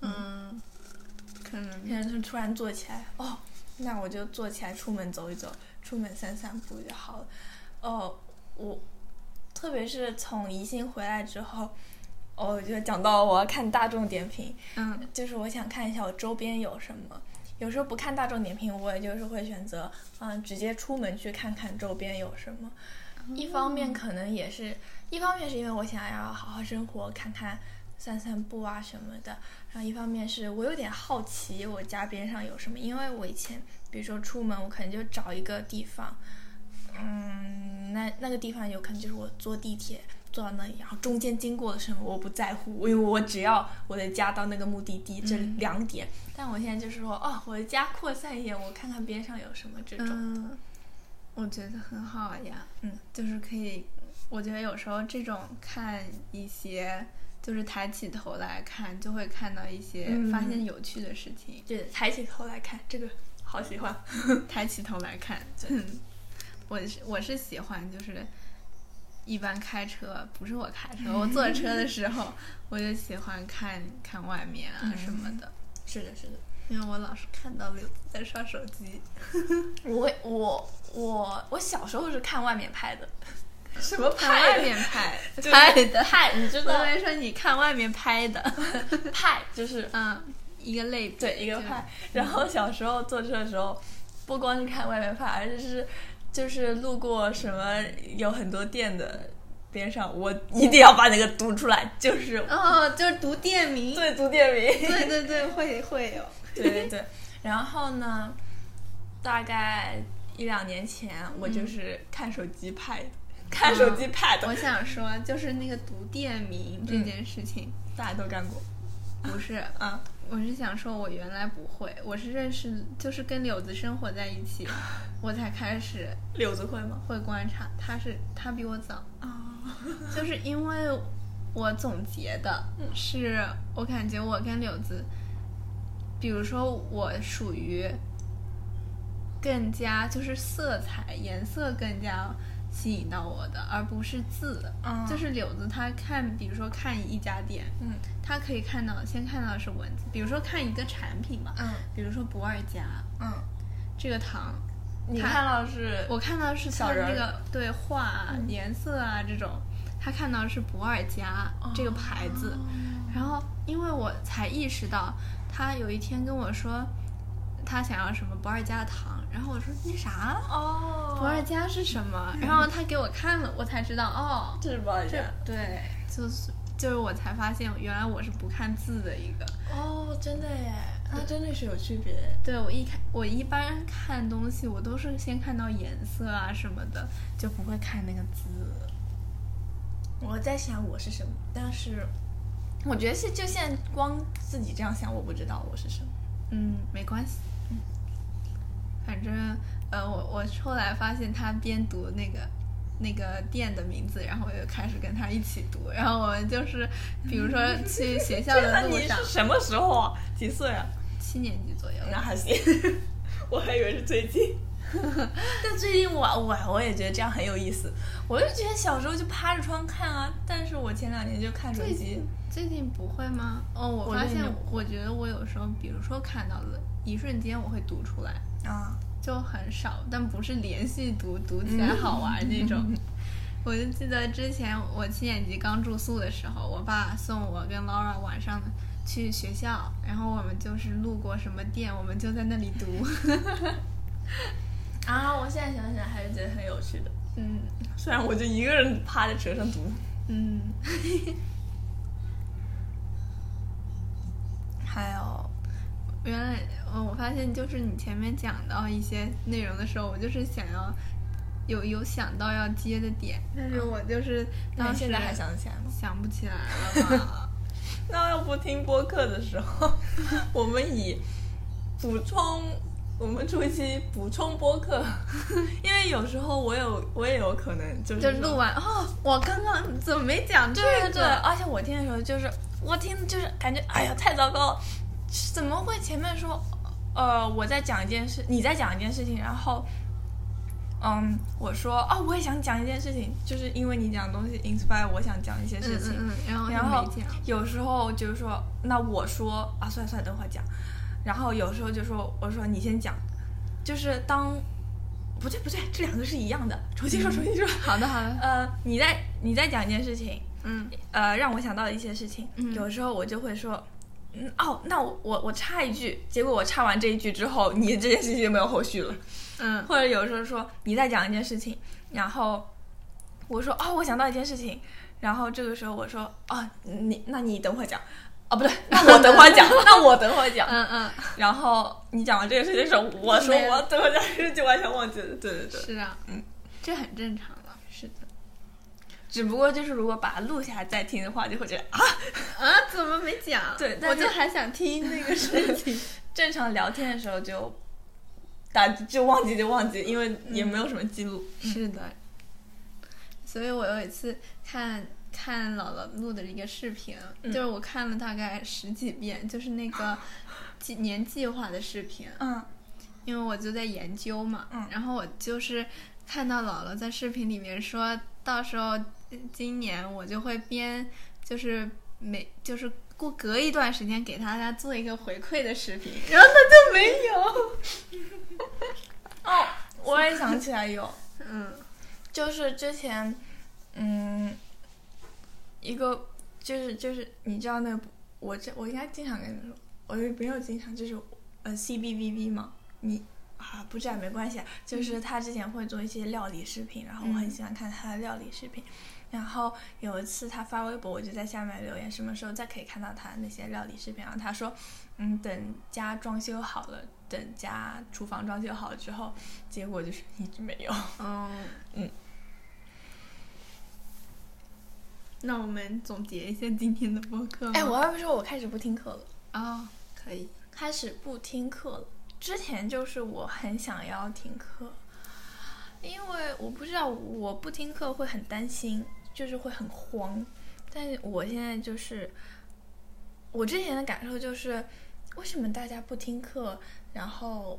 Speaker 1: 嗯，可能
Speaker 2: 可能就突然坐起来，哦，那我就坐起来出门走一走，出门散散步就好了。哦，我特别是从宜兴回来之后，哦，我就讲到我要看大众点评，
Speaker 1: 嗯
Speaker 2: 就是我想看一下我周边有什么。有时候不看大众点评，我也就是会选择，嗯、直接出门去看看周边有什么。一方面可能也是，一方面是因为我想要好好生活，看看散散步啊什么的。然后一方面是我有点好奇我家边上有什么，因为我以前比如说出门，我可能就找一个地方，嗯，那那个地方有可能就是我坐地铁坐到那里，然后中间经过了什么我不在乎，因为我只要我的家到那个目的地这
Speaker 1: 嗯
Speaker 2: 两点。但我现在就是说，哦，我的家扩散一点，我看看边上有什么这种。
Speaker 1: 嗯，我觉得很好呀。
Speaker 2: 嗯，
Speaker 1: 就是可以，我觉得有时候这种看一些，就是抬起头来看，就会看到一些
Speaker 2: 嗯
Speaker 1: 发现有趣的事情。
Speaker 2: 对，抬起头来看，这个好喜欢。
Speaker 1: 抬起头来看，嗯，我是我是喜欢就是。一般开车不是我开车，我坐车的时候我就喜欢看看外面啊什么的，
Speaker 2: 是的，是的。
Speaker 1: 因为我老是看到刘子在刷手机。
Speaker 2: 我我我我小时候是看外面拍的，
Speaker 1: 什么
Speaker 2: 拍
Speaker 1: 外
Speaker 2: 的
Speaker 1: 面 拍
Speaker 2: 就是
Speaker 1: 拍的？
Speaker 2: 派，你知
Speaker 1: 我
Speaker 2: 道
Speaker 1: 以为说你看外面拍的，
Speaker 2: 派就是
Speaker 1: 嗯，一个类比，
Speaker 2: 对一个
Speaker 1: 就
Speaker 2: 派。 然后小时候坐车的时候，不光是看外面派，而且是就是路过什么有很多店的边上，我一定要把那个读出来，就是
Speaker 1: 哦，就是读店名，
Speaker 2: 对读店名。
Speaker 1: 对对对，会会有，
Speaker 2: 对对对。然后呢，大概一两年前，我就是看手机派，看手机派的，
Speaker 1: 我想说，就是那个读店名这件事情，
Speaker 2: 大家都干过。
Speaker 1: 不是，
Speaker 2: 啊，
Speaker 1: 我是想说，我原来不会，我是认识，就是跟柳子生活在一起，我才开始
Speaker 2: 柳子会吗？
Speaker 1: 会观察。他是他比我早，
Speaker 2: 啊，
Speaker 1: 就是因为我总结的
Speaker 2: 嗯
Speaker 1: 是，我感觉我跟柳子，比如说我属于更加就是色彩颜色更加吸引到我的，而不是字。
Speaker 5: 嗯
Speaker 1: 就是柳子他看，比如说看一家店，
Speaker 2: 嗯
Speaker 1: 他可以看到先看到的是文字，比如说看一个产品吧，
Speaker 2: 嗯
Speaker 1: 比如说不二家
Speaker 2: 嗯，
Speaker 1: 这个糖，
Speaker 5: 你
Speaker 1: 他
Speaker 5: 看到是
Speaker 1: 我看到是
Speaker 2: 小
Speaker 1: 它
Speaker 2: 人
Speaker 1: 那
Speaker 2: 儿
Speaker 1: 个对画、啊
Speaker 2: 嗯
Speaker 1: 颜色啊这种，他看到的是不二家、这个牌子，
Speaker 2: 哦
Speaker 1: 然后因为我才意识到，他有一天跟我说，他想要什么不二家的糖，然后我说那啥
Speaker 2: 哦
Speaker 1: 不二家是什么，
Speaker 2: 嗯
Speaker 1: 然后他给我看了，我才知道哦，
Speaker 2: 这是不二
Speaker 1: 这
Speaker 2: 家
Speaker 1: 对就是。就是我才发现，原来我是不看字的一个。
Speaker 2: 哦，真的耶，那真的是有区别。
Speaker 1: 对我一看，我一般看东西，我都是先看到颜色啊什么的，就不会看那个字。
Speaker 2: 我在想我是什么，但是我觉得是就现在光自己这样想，我不知道我是什么。
Speaker 1: 嗯，没关系。反正呃，我我后来发现他边读那个那个店的名字，然后我就开始跟他一起读，然后我们就是比 如说去学校的
Speaker 2: 那
Speaker 1: 路
Speaker 2: 你
Speaker 1: 上
Speaker 2: 是，啊什么时候啊？几岁啊？
Speaker 1: 七年级左右，
Speaker 2: 那还行，我还以为是最 近。但最近我我我也觉得这样很有意思，我就觉得小时候就趴着窗看啊，但是我前两年就看手
Speaker 1: 最
Speaker 2: 机
Speaker 1: 近。最近不会吗？哦，我
Speaker 2: 我
Speaker 1: 发
Speaker 2: 最
Speaker 1: 现
Speaker 2: 近不，
Speaker 1: 我觉得我有时候，比如说看到了，一瞬间我会读出来。
Speaker 2: 啊，
Speaker 1: 就很少，但不是连续读读起来好玩那种。我就记得之前我七年级刚住宿的时候，我爸送我跟 Laura 晚上去学校，然后我们就是路过什么店，我们就在那里读。
Speaker 2: 啊！我现在想想还是觉得很有趣的，
Speaker 1: 嗯
Speaker 2: 虽然我就一个人趴在车上读。
Speaker 1: 嗯，
Speaker 2: 还有，
Speaker 1: 原来呃我发现就是你前面讲到一些内容的时候，我就是想要有有想到要接的点，但是我就是
Speaker 2: 那
Speaker 1: 当
Speaker 2: 你
Speaker 1: 时
Speaker 2: 现在还想得起来吗？
Speaker 1: 想不起来了吧？
Speaker 2: 那要不听播客的时候， 我们以补充，我们出一期补充播客， 因为有时候我有我也有可能就是
Speaker 1: 就
Speaker 2: 说
Speaker 1: 录完哦，我刚刚怎么没讲这
Speaker 2: 对
Speaker 1: 个？
Speaker 2: 对对，而且我听的时候就是我听就是感觉哎呀太糟糕了，怎么会前面说呃我在讲一件事，你在讲一件事情，然后嗯我说哦我也想讲一件事情，就是因为你讲的东西 inspire 我想讲一些事情，
Speaker 1: 嗯嗯嗯、然后
Speaker 2: 然
Speaker 1: 就
Speaker 2: 后
Speaker 1: 没讲
Speaker 2: 有时候就是说，那我说啊，算了算了，等会儿讲。然后有时候就说，我说你先讲，就是当不对不对，这两个是一样的，重
Speaker 1: 嗯
Speaker 2: 新说重新说。
Speaker 1: 好的好的，
Speaker 2: 呃，你在你在讲一件事情，
Speaker 1: 嗯
Speaker 2: 呃，让我想到一些事情。
Speaker 1: 嗯
Speaker 2: 有时候我就会说，嗯哦，那我我我插一句，结果我插完这一句之后，你这件事情就没有后续了。
Speaker 1: 嗯
Speaker 2: 或者有时候说你在讲一件事情，然后我说哦，我想到一件事情，然后这个时候我说哦，你那你等会儿讲，哦不对，那我等会儿 讲，那我等会儿讲。
Speaker 1: 嗯嗯，
Speaker 2: 然后你讲完这个事情的时候，我说
Speaker 1: 没了
Speaker 2: 我等会儿讲，这就完全忘记了。对对对，
Speaker 1: 是啊，
Speaker 2: 嗯，
Speaker 1: 这很正常了，是的。
Speaker 2: 只不过就是如果把它录下来再听的话，就会觉得啊，
Speaker 1: 啊，怎么没讲？
Speaker 2: 对
Speaker 1: 我
Speaker 2: 但是
Speaker 1: 就还想听那个事 情。
Speaker 2: 正常聊天的时候就打就忘记就忘记，因为也没有什么记录。
Speaker 1: 是的，所以我有一次看看姥姥录的一个视频，
Speaker 2: 嗯
Speaker 1: 就是我看了大概十几遍，就是那 个几年计划的视频，
Speaker 2: 嗯
Speaker 1: 因为我就在研究嘛，
Speaker 2: 嗯
Speaker 1: 然后我就是看到姥姥在视频里面说，到时候呃今年我就会编，就是每就是过隔一段时间给大家做一个回馈的视频，然后他就没有，
Speaker 2: 哦，我也想起来有。
Speaker 1: 嗯
Speaker 2: 就是之前，嗯，一个就是就是你知道那个我这我应该经常跟你们说，我也没有经常就是呃 CBVV 嘛，你啊不知道也没关系啊，就是他之前会做一些料理视频，然后我很
Speaker 1: 嗯
Speaker 2: 喜欢看他的料理视频。然后有一次他发微博，我就在下面留言，什么时候再可以看到他那些料理视频？然后他说，嗯，等家装修好了，等家厨房装修好了之后，结果就是一直没有。
Speaker 1: 嗯
Speaker 2: 嗯。
Speaker 1: 那我们总结一下今天的播
Speaker 6: 嗯
Speaker 1: 客吗。
Speaker 2: 哎，我要不说，我开始不听课了，
Speaker 1: 哦，可以。
Speaker 2: 开始不听课了。
Speaker 6: 之前就是我很想要听课，因为我不知道我不听课会很担心，就是会很慌。但是我现在就是，我之前的感受就是，为什么大家不听课，然后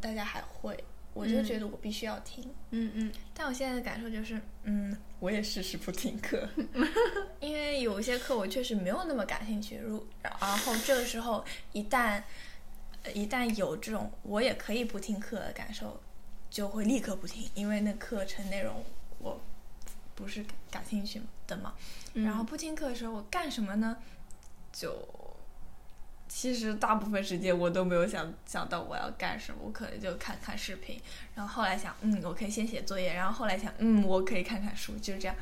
Speaker 6: 大家还会？我就
Speaker 1: 嗯
Speaker 6: 觉得我必须要听。
Speaker 1: 嗯嗯
Speaker 6: 但我现在的感受就是，嗯，
Speaker 2: 我也试试不听课。
Speaker 6: 因为有一些课我确实没有那么感兴趣，如然后这个时候一旦呃一旦有这种我也可以不听课的感受，就会立刻不听，因为那课程内容我不是感兴趣的嘛。
Speaker 1: 嗯
Speaker 6: 然后不听课的时候我干什么呢？
Speaker 2: 就其实大部分时间我都没有想想到我要干什么，我可能就看看视频，
Speaker 6: 然后后来想，嗯，我可以先写作业，然后后来想，嗯，我可以看看书，就这样。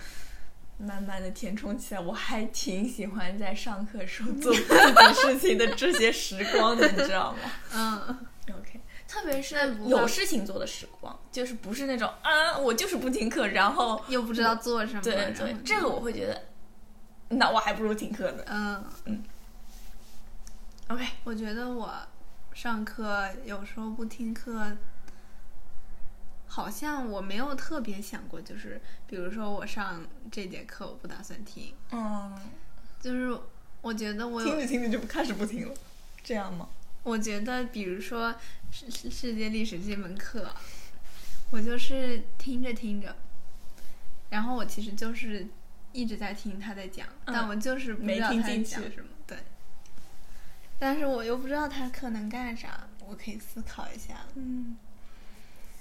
Speaker 2: 慢慢的填充起来。我还挺喜欢在上课时候做自己事情的这些时光的，你知道吗
Speaker 1: 嗯，
Speaker 2: ？OK，特别是
Speaker 1: 那不会
Speaker 2: 有事情做的时光，就是不是那种啊，我就是不听课，然后
Speaker 1: 又不知道做什么。
Speaker 2: 对
Speaker 1: 然后
Speaker 2: 对，这个我会觉得，那我还不如听课呢。
Speaker 1: 嗯，
Speaker 2: OK，
Speaker 1: 我觉得我上课有时候不听课，好像我没有特别想过，就是比如说我上这节课我不打算听，
Speaker 2: 嗯，
Speaker 1: 就是我觉得我有
Speaker 2: 听着听着就不开始不听了，这样吗？
Speaker 1: 我觉得，比如说世世世界历史这门课，我就是听着听着，然后我其实就是一直在听他在讲，
Speaker 2: 嗯
Speaker 1: 但我就是不知道
Speaker 2: 没听
Speaker 1: 他在
Speaker 2: 进去
Speaker 1: 讲什么。对，但是我又不知道他课能干啥，我可以思考一下。
Speaker 6: 嗯，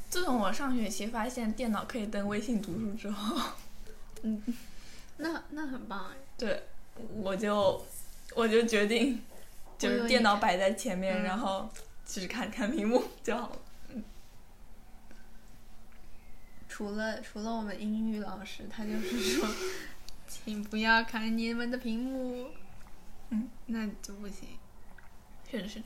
Speaker 2: 自从我上学期发现电脑可以登微信读书之后，
Speaker 1: 那那很棒哎，
Speaker 2: 对，我就我就决定，就
Speaker 1: 我有
Speaker 2: 是
Speaker 1: 一
Speaker 2: 电脑摆在前面，
Speaker 1: 嗯
Speaker 2: 然后就是看看屏幕就好了。
Speaker 1: 除了除了我们英语老师，他就是说，请不要看你们的屏幕。
Speaker 2: 嗯，
Speaker 1: 那就不行。
Speaker 6: 是的，是的。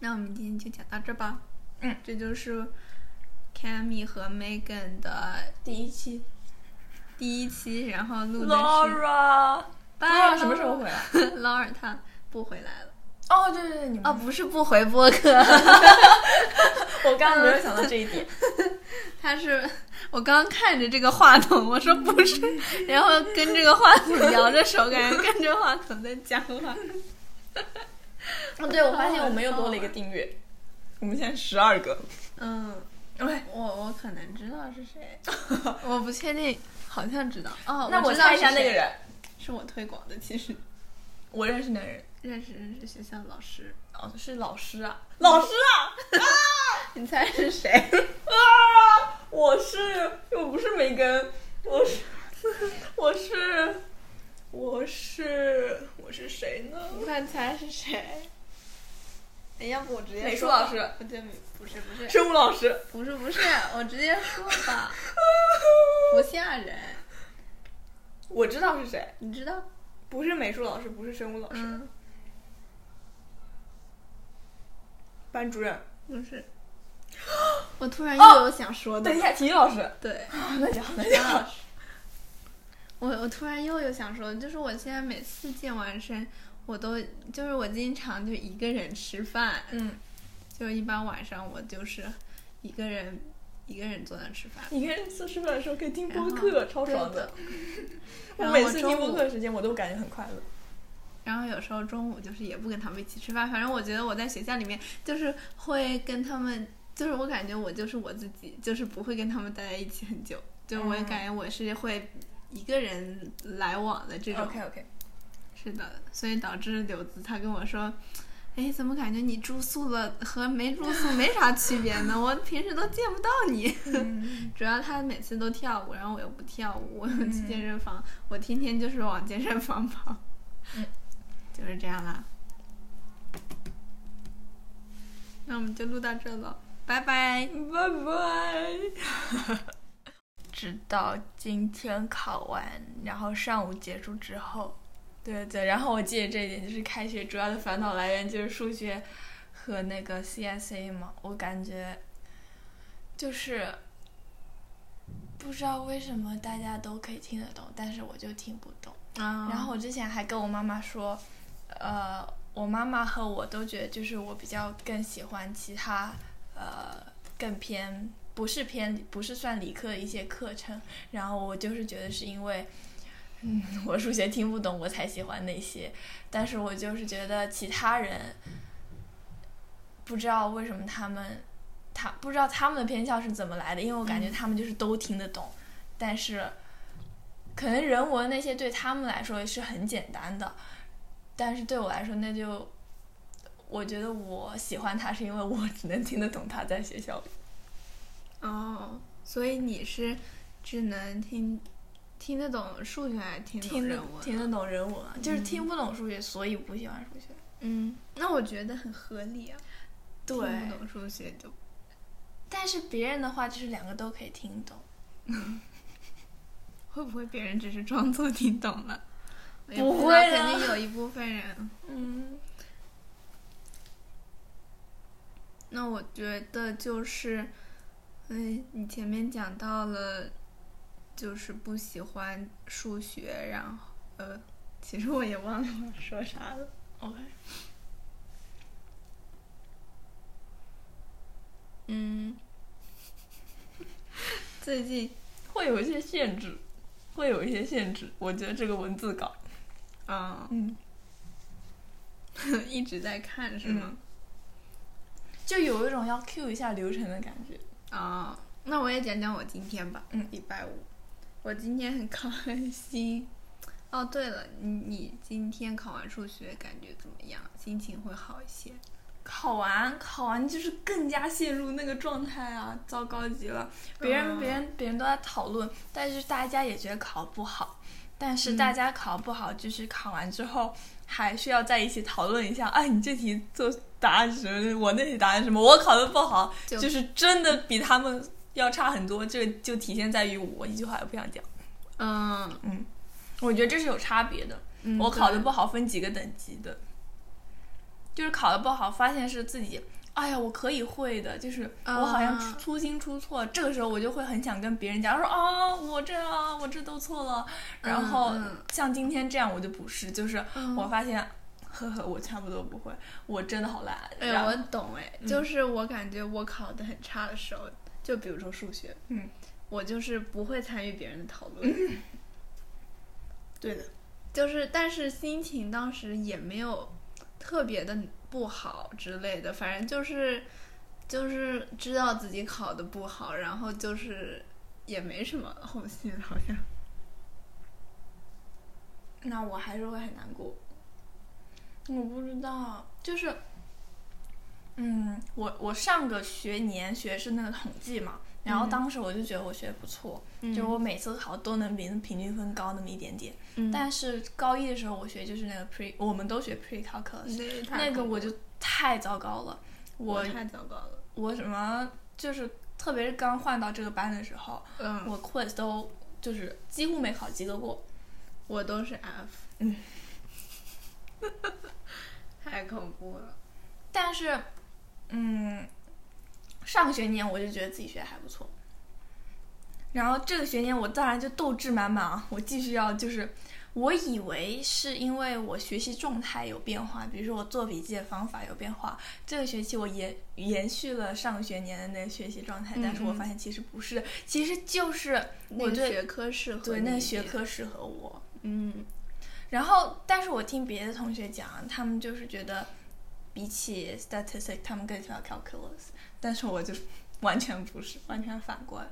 Speaker 1: 那我们今天就讲到这儿吧。
Speaker 2: 嗯，
Speaker 1: 这就是 Cammy 和 Megan 的
Speaker 2: 第一期
Speaker 1: 第一期，然后录的是
Speaker 2: ，Laura，
Speaker 1: 拜
Speaker 2: Laura 啊什么时候回来？
Speaker 1: ？Laura 她不回来了。
Speaker 2: 哦，对对对，你们
Speaker 1: 哦，不是不回播客，
Speaker 2: 我刚刚没有想到这一点。
Speaker 1: 她是我刚刚看着这个话筒，我说不是，
Speaker 2: 嗯
Speaker 1: 然后跟这个话筒摇着手，感觉跟着话筒在讲话。
Speaker 2: 哦，对，我发现我们又多了一个订阅，我们现在十二个。
Speaker 1: 嗯，
Speaker 2: OK，
Speaker 1: 我我可能知道是谁，我不确定，好像知道。哦，
Speaker 2: 那
Speaker 1: 我知道
Speaker 2: 猜一
Speaker 1: 是
Speaker 2: 下那
Speaker 1: 谁
Speaker 2: 个，人，
Speaker 1: 是我推广的，其实
Speaker 2: 我认识那个人，
Speaker 1: 认识认识学校老师。
Speaker 2: 哦，是老师啊，老师 啊，
Speaker 1: 你猜是谁？
Speaker 2: 啊！我是我不是梅根，我是我是我是我是谁呢？
Speaker 1: 快猜是谁？哎，要不我直接
Speaker 2: 美术
Speaker 1: 说吧
Speaker 2: 老师
Speaker 1: 不对，不是不是
Speaker 2: 生物老师。
Speaker 1: 不是不是，我直接说 吧，不吓人，
Speaker 2: 我知道是谁，
Speaker 1: 你知道？
Speaker 2: 不是美术老师，不是生物老师，
Speaker 1: 嗯，
Speaker 2: 班主任。
Speaker 1: 不 是。我突然又有想说的
Speaker 2: 哦等一，下，体育老师。
Speaker 1: 对，
Speaker 2: 啊，那就好，那就好。
Speaker 1: 我我突然又有想说的，就是我现在每次健完身，我都就是我经常就一个人吃饭，
Speaker 2: 嗯，
Speaker 1: 就一般晚上我就是一个人一个人坐那吃饭，
Speaker 2: 你看做吃饭的时候可以听
Speaker 1: 然
Speaker 2: 播
Speaker 1: 后
Speaker 2: 客，超爽
Speaker 1: 嗯对的。。
Speaker 2: 我
Speaker 1: 然后
Speaker 2: 每
Speaker 1: 我
Speaker 2: 次
Speaker 1: 中
Speaker 2: 听播
Speaker 1: 午
Speaker 2: 客的时间，我都感觉很快乐。
Speaker 1: 然后有时候中午就是也不跟他们一起吃饭，反正我觉得我在学校里面就是会跟他们，就是我感觉我就是我自己，就是不会跟他们待在一起很久，就我也
Speaker 2: 嗯
Speaker 1: 感觉我是会一个人来往的这种。
Speaker 2: OK OK，
Speaker 1: 是的，所以导致柳子他跟我说。哎，怎么感觉你住宿了和没住宿没啥区别呢？我平时都见不到你。主要他每次都跳舞，然后我又不跳舞，我又去健身房，我天天就是往健身房跑，嗯 就是这样啦。那我们就录到这了，拜拜。
Speaker 2: 拜拜。
Speaker 6: 直到今天考完，然后上午结束之后，
Speaker 2: 对对，然后我记得这一点，就是开学主要的烦恼来源就是数学和那个 CSA 嘛，我感觉
Speaker 6: 就是不
Speaker 2: 不知道为什么大家都可以听得懂，但是我就听不懂。
Speaker 1: 啊
Speaker 2: 然后我之前还跟我妈妈说，呃，我妈妈和我都觉得就是我比较更喜欢其他呃更偏不是偏不是算理科的一些课程，然后我就是觉得是因为。嗯，我数学听不懂，我才喜欢那些。但是我就是觉得其他人，不知道为什么他们，他不知道他们的偏向是怎么来的，因为我感觉他们就是都听得懂，但是可能人文那些对他们来说是很简单的，但是对我来说，那就我觉得我喜欢他是因为我只能听得懂他在学校里。
Speaker 1: 哦，所以你是只能听听得懂数学，还是听懂
Speaker 2: 听得
Speaker 1: 人文？
Speaker 2: 听得懂人文啊，就是听不懂数学，所以不喜欢数学。
Speaker 1: 嗯，那我觉得很合理啊。听不懂数学就
Speaker 2: 但是别人的话就是两个都可以听懂，
Speaker 1: 会不会别人只是装作听懂 了？我也知
Speaker 2: 不
Speaker 1: 道
Speaker 2: 会的
Speaker 1: 肯定有一部分人。
Speaker 2: 嗯，
Speaker 1: 那我觉得就是，嗯，你前面讲到了，就是不喜欢数学，然后呃，其实我也忘了我说啥了。
Speaker 2: OK，
Speaker 1: 嗯，最近
Speaker 2: 会有一些限制，会有一些限制。我觉得这个文字稿，
Speaker 1: 啊，
Speaker 2: 嗯，
Speaker 1: 一直在看是吗？
Speaker 2: 就有一种要 Q 一下流程的感觉。
Speaker 1: 啊，那我也讲讲我今天吧。
Speaker 2: 嗯，
Speaker 1: 礼拜五，我今天很开心。哦，对了，你你今天考完数学感觉怎么样？心情会好一些？
Speaker 2: 考完考完就是更加陷入那个状态啊，糟糕极了。别人、
Speaker 1: 嗯
Speaker 2: 别人别人都在讨论，但是大家也觉得考不好，但是
Speaker 1: 嗯
Speaker 2: 大家考不好，就是考完之后还需要在一起讨论一下，哎，你这题做答案是什么？我那题答案是什么？我考的不好，
Speaker 1: 就
Speaker 2: 就是真的比他们要差很多。这个就体现在于我一句话也不想讲，
Speaker 1: 嗯，
Speaker 2: 我觉得这是有差别的。
Speaker 1: 嗯
Speaker 2: 我考的
Speaker 1: 对
Speaker 2: 不好分几个等级的，就是考的不好，发现是自己，哎呀，我可以会的，就是我好像
Speaker 1: 啊
Speaker 2: 出粗心出错，这个时候我就会很想跟别人讲说啊，我这啊，我这都错了。然后
Speaker 1: 嗯嗯
Speaker 2: 像今天这样，我就不是，就是
Speaker 1: 嗯
Speaker 2: 我发现，呵呵，我差不多不会，我真的好烂。
Speaker 1: 哎，
Speaker 2: 然后
Speaker 1: 我懂哎，
Speaker 2: 嗯
Speaker 1: 就是我感觉我考的很差的时候，就比如说数学，
Speaker 2: 嗯，
Speaker 1: 我就是不会参与别人的讨论，
Speaker 2: 对的，
Speaker 1: 就是但是心情当时也没有特别的不好之类的，反正就是就是知道自己考的不好，然后就是也没什么后心，好像
Speaker 2: 那我还是会很难过。我不知道，就是，嗯，我我上个学年学是那个统计嘛，然后
Speaker 1: 嗯
Speaker 2: 当时我就觉得我学的不错，
Speaker 1: 就
Speaker 2: 就是
Speaker 1: 我
Speaker 2: 我每次考都能比平均分高那么一点点。但是高一的时候我学就是那个 pre，我们都学 pre calculus，、
Speaker 1: 那
Speaker 2: 那个我
Speaker 1: 就
Speaker 2: 就太糟糕了，我
Speaker 1: 太糟糕 了，
Speaker 2: 我什么就是特别是刚换到这个班的时候，
Speaker 1: 嗯，
Speaker 2: 我 quiz 都就是几乎没考及格过。
Speaker 1: 我都是 F，
Speaker 2: 嗯，
Speaker 1: 太恐怖了。
Speaker 2: 但是，嗯，上学年我就觉得自己学的还不错，然后这个学年我当然就斗志满满啊，我继续要就是，我以为是因为我学习状态有变化，比如说我做笔记的方法有变化，这个学期我延延续了上学年的那个学习状态，但是我
Speaker 1: 嗯嗯
Speaker 2: 发现其实不是，其实就是
Speaker 1: 那
Speaker 2: 我
Speaker 1: 个
Speaker 2: 对
Speaker 1: 学科适合
Speaker 2: 对
Speaker 1: 你
Speaker 2: 那个
Speaker 1: 一
Speaker 2: 学
Speaker 1: 点，
Speaker 2: 科适合我，
Speaker 1: 嗯
Speaker 2: 然后，但是我听别的同学讲，他们就是觉得比起 statistic，他们更喜欢 calculus，但是我就完全不是，完全反过来。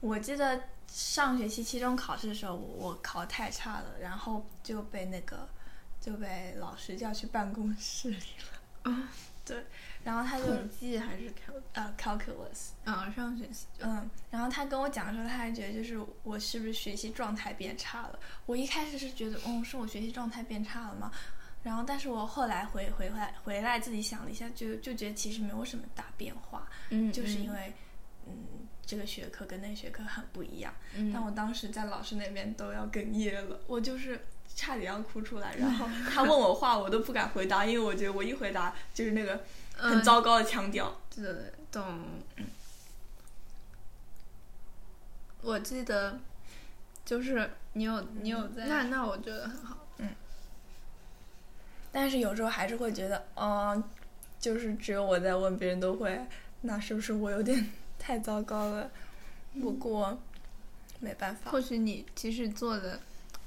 Speaker 2: 我记得上学期期中考试的时候，我我考太差了，然后就被那个就被老师叫去办公室里了。对，然后他就
Speaker 1: 统计还是考
Speaker 2: 呃 calculus，
Speaker 1: 啊，上学期就
Speaker 2: 嗯，然后他跟我讲的时候，他还觉得就是我是不是学习状态变差了？我一开始是觉得，嗯，是我学习状态变差了吗？然后，但是我后来回回回来回来自己想了一下，就就觉得其实没有什么大变化，
Speaker 1: 嗯
Speaker 2: 就是因
Speaker 1: 为
Speaker 2: 为，嗯，这个学科跟那个学科很不一样。
Speaker 1: 嗯
Speaker 2: 但我当时在老师那边都要哽咽了，我就是差点要哭出 来。然后他问我话，我都不敢回答，因为我觉得我一回答就是那个很
Speaker 1: 嗯
Speaker 2: 糟糕的腔调。
Speaker 1: 对懂。我记得就是你有你有在，嗯那那我觉得很好。
Speaker 2: 但是有时候还是会觉得，嗯，就是只有我在问，别人都会，那是不是我有点 太糟糕了？不过没办法，
Speaker 1: 或许你其实做的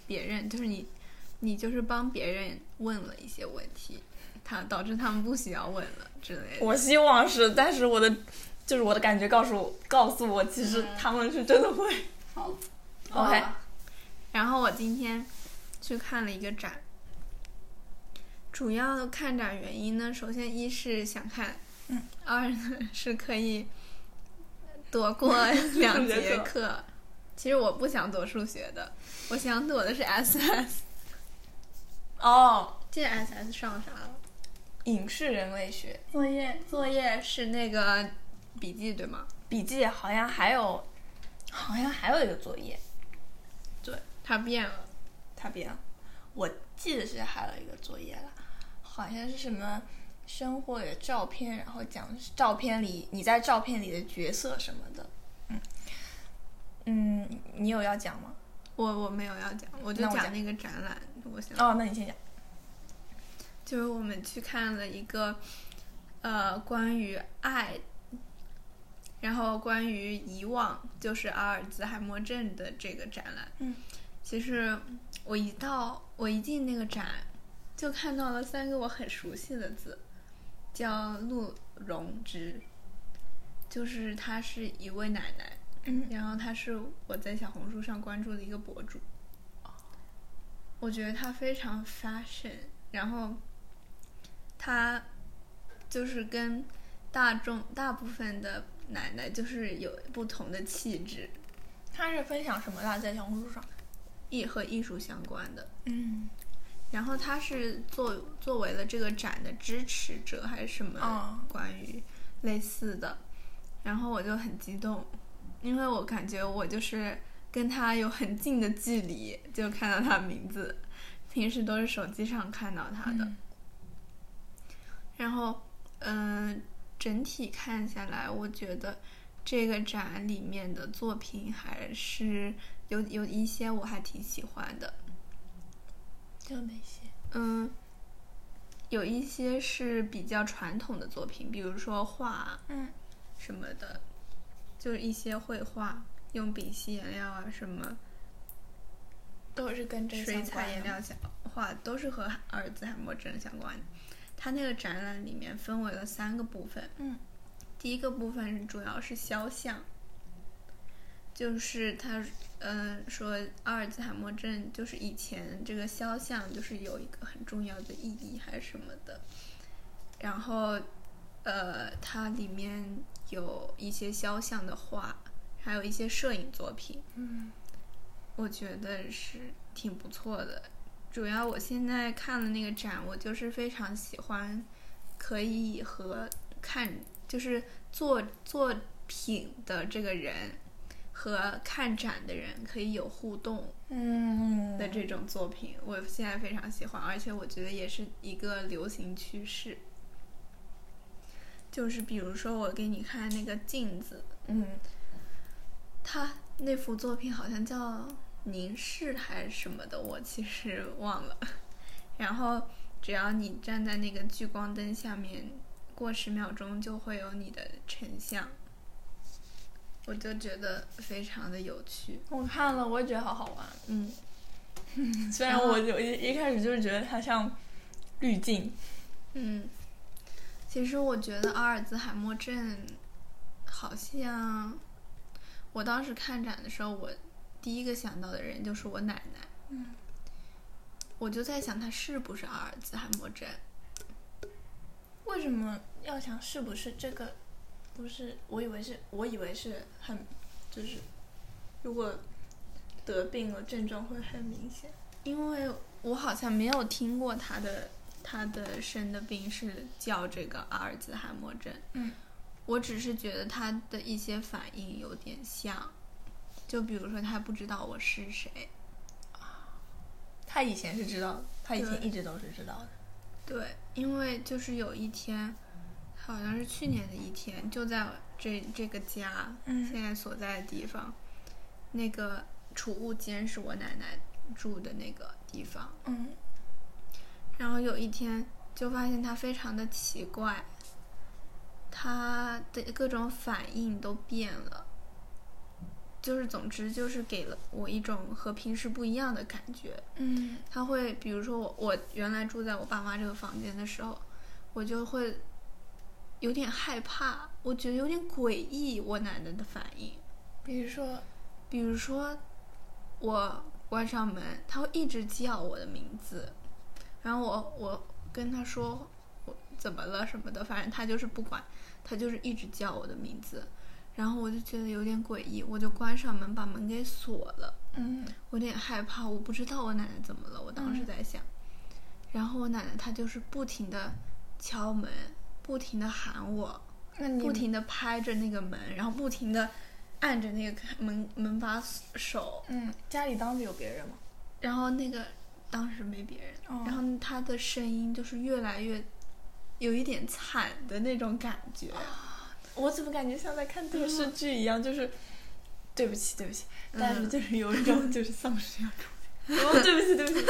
Speaker 1: 别人就是你，你就是帮别人问了一些问题，他导致他们不需要问了之类的。
Speaker 3: 我希望是，但是我的就是我的感觉告诉我，告诉我，其实
Speaker 2: 嗯
Speaker 3: 他们是真的会。OK，
Speaker 1: 哦然后我今天去看了一个展，主要的看展原因呢，首先一是想看，
Speaker 2: 嗯，
Speaker 1: 二呢是可以躲 过两节课。其实我不想躲数学的，我想躲的是 SS。
Speaker 3: 哦，
Speaker 1: 这 SS 上啥了？
Speaker 2: 影视人类学
Speaker 1: 作业作业是那个笔记对吗？
Speaker 2: 笔记好像还有，好像还有一个作业，
Speaker 1: 对，它变了。
Speaker 2: 他别了，我记得是还有一个作业了，好像是什么生活与照片，然后讲照片里你在照片里的角色什么的。嗯，嗯，你有要讲吗？
Speaker 1: 我我没有要讲，我就
Speaker 2: 那我
Speaker 1: 讲
Speaker 2: 讲
Speaker 1: 那个展览。我想
Speaker 2: 哦，那你先讲。
Speaker 1: 就是我们去看了一个呃关于爱，然后关于遗忘，就是阿尔兹海默症的这个展览。
Speaker 2: 嗯，
Speaker 1: 其实我一到我一进那个展，就看到了三个我很熟悉的字，叫陆荣之，就是她是一位奶奶。
Speaker 2: 嗯，
Speaker 1: 然后她是我在小红书上关注的一个博主，
Speaker 2: 哦
Speaker 1: 我觉得她非常 fashion，然后她就是跟大众大部分的奶奶就是有不同的气质，
Speaker 2: 他是分享什么的，在小红书上？
Speaker 1: 艺和艺术相关的。
Speaker 2: 嗯，
Speaker 1: 然后她是作作为了这个展的支持者还是什么？
Speaker 2: 哦，
Speaker 1: 关于类似的，然后我就很激动，因为我感觉我就是跟他有很近的距离，就看到他的名字，平时都是手机上看到他的。然后，嗯、整体看下来，我觉得这个展里面的作品还是有有一些我还挺喜欢的，
Speaker 2: 就那些。
Speaker 1: 嗯。有一些是比较传统的作品，比如说画，
Speaker 2: 嗯，
Speaker 1: 什么的，就是一些绘画，用丙烯颜料啊，什么
Speaker 2: 都是跟这
Speaker 1: 水
Speaker 2: 相
Speaker 1: 彩颜
Speaker 2: 关的。
Speaker 1: 料相画，都是和阿尔兹海默症相关的。它那个展览里面分为了三个部分，
Speaker 2: 嗯，
Speaker 1: 第一个部分是主要是肖像，就是他嗯、说阿尔兹海默症就是以前这个肖像就是有一个很重要的意义还是什么的，然后呃它里面有一些肖像的画，还有一些摄影作品，
Speaker 2: 嗯，
Speaker 1: 我觉得是挺不错的。主要我现在看了那个展，我就是非常喜欢，可以和看就是作作品的这个人和看展的人可以有互动
Speaker 2: 嗯
Speaker 1: 的这种作品，我现在非常喜欢，而且我觉得也是一个流行趋势。就是比如说，我给你看那个镜子，
Speaker 2: 嗯，
Speaker 1: 他那幅作品好像叫《凝视》还是什么的，我 其实忘了。 然后只要你站在那个聚光灯下面，过十秒钟就会有你的成像，我就觉得非常的有趣。
Speaker 2: 我看了，我也觉得好好玩。
Speaker 1: 嗯，
Speaker 3: 虽然
Speaker 1: 然后
Speaker 3: 我就一一开始就是觉得它像滤镜，
Speaker 1: 嗯，其实我觉得阿尔兹海默症好像，我当时看展的时候，我第一个想到的人就是我奶奶。嗯，我就在想她是不是阿尔兹海默症？
Speaker 2: 为什么要想是不是这个？不是，我以为是，我以为是很，就是如果得病了，症状会很明显。
Speaker 1: 因为我好像没有听过她的她的生的病是叫这个阿尔兹海默症。
Speaker 2: 嗯，
Speaker 1: 我只是觉得她的一些反应有点像，就比如说她不知道我是谁。
Speaker 2: 他以前是知道的，他以前
Speaker 1: 对
Speaker 2: 一直都是知道的。
Speaker 1: 对，因为就是有一天，好像是去年的一天，就在这这个家、
Speaker 2: 嗯
Speaker 1: 现在所在的地方，那个储物间是我奶奶住的那个地方，
Speaker 2: 嗯，
Speaker 1: 然后有一天就发现她非常的奇怪，她的各种反应都变了，就是总之就是给了我一种和平时不一样的感觉。
Speaker 2: 嗯
Speaker 1: 他会，比如说我我原来住在我爸妈这个房间的时候，我就会有点害怕，我觉得有点诡异我奶奶的反应。
Speaker 2: 比如说，
Speaker 1: 比如说我关上门，他会一直叫我的名字，然后我我跟他说我怎么了什么的，反正他就是不管，他就是一直叫我的名字，然后我就觉得有点诡异，我就关上门把门给锁了。
Speaker 2: 嗯
Speaker 1: 我有点害怕，我不知道我奶奶怎么了，我当时在想。然后我奶奶她就是不停的敲门，不停的喊我，
Speaker 2: 那你
Speaker 1: 不停的拍着那个门，然后不停的按着那个门门把手，
Speaker 2: 嗯，家里当时有别人吗？
Speaker 1: 然后那个当时没别人，
Speaker 2: 哦
Speaker 1: 然后她的声音就是越来越有一点惨的那种感觉。
Speaker 2: 哦
Speaker 3: 我怎么感觉像在看电视剧一样？就是，对不起，对不起，但是
Speaker 1: 嗯
Speaker 3: 就是有一种就是丧尸要出 来，哦，对不起，对不起，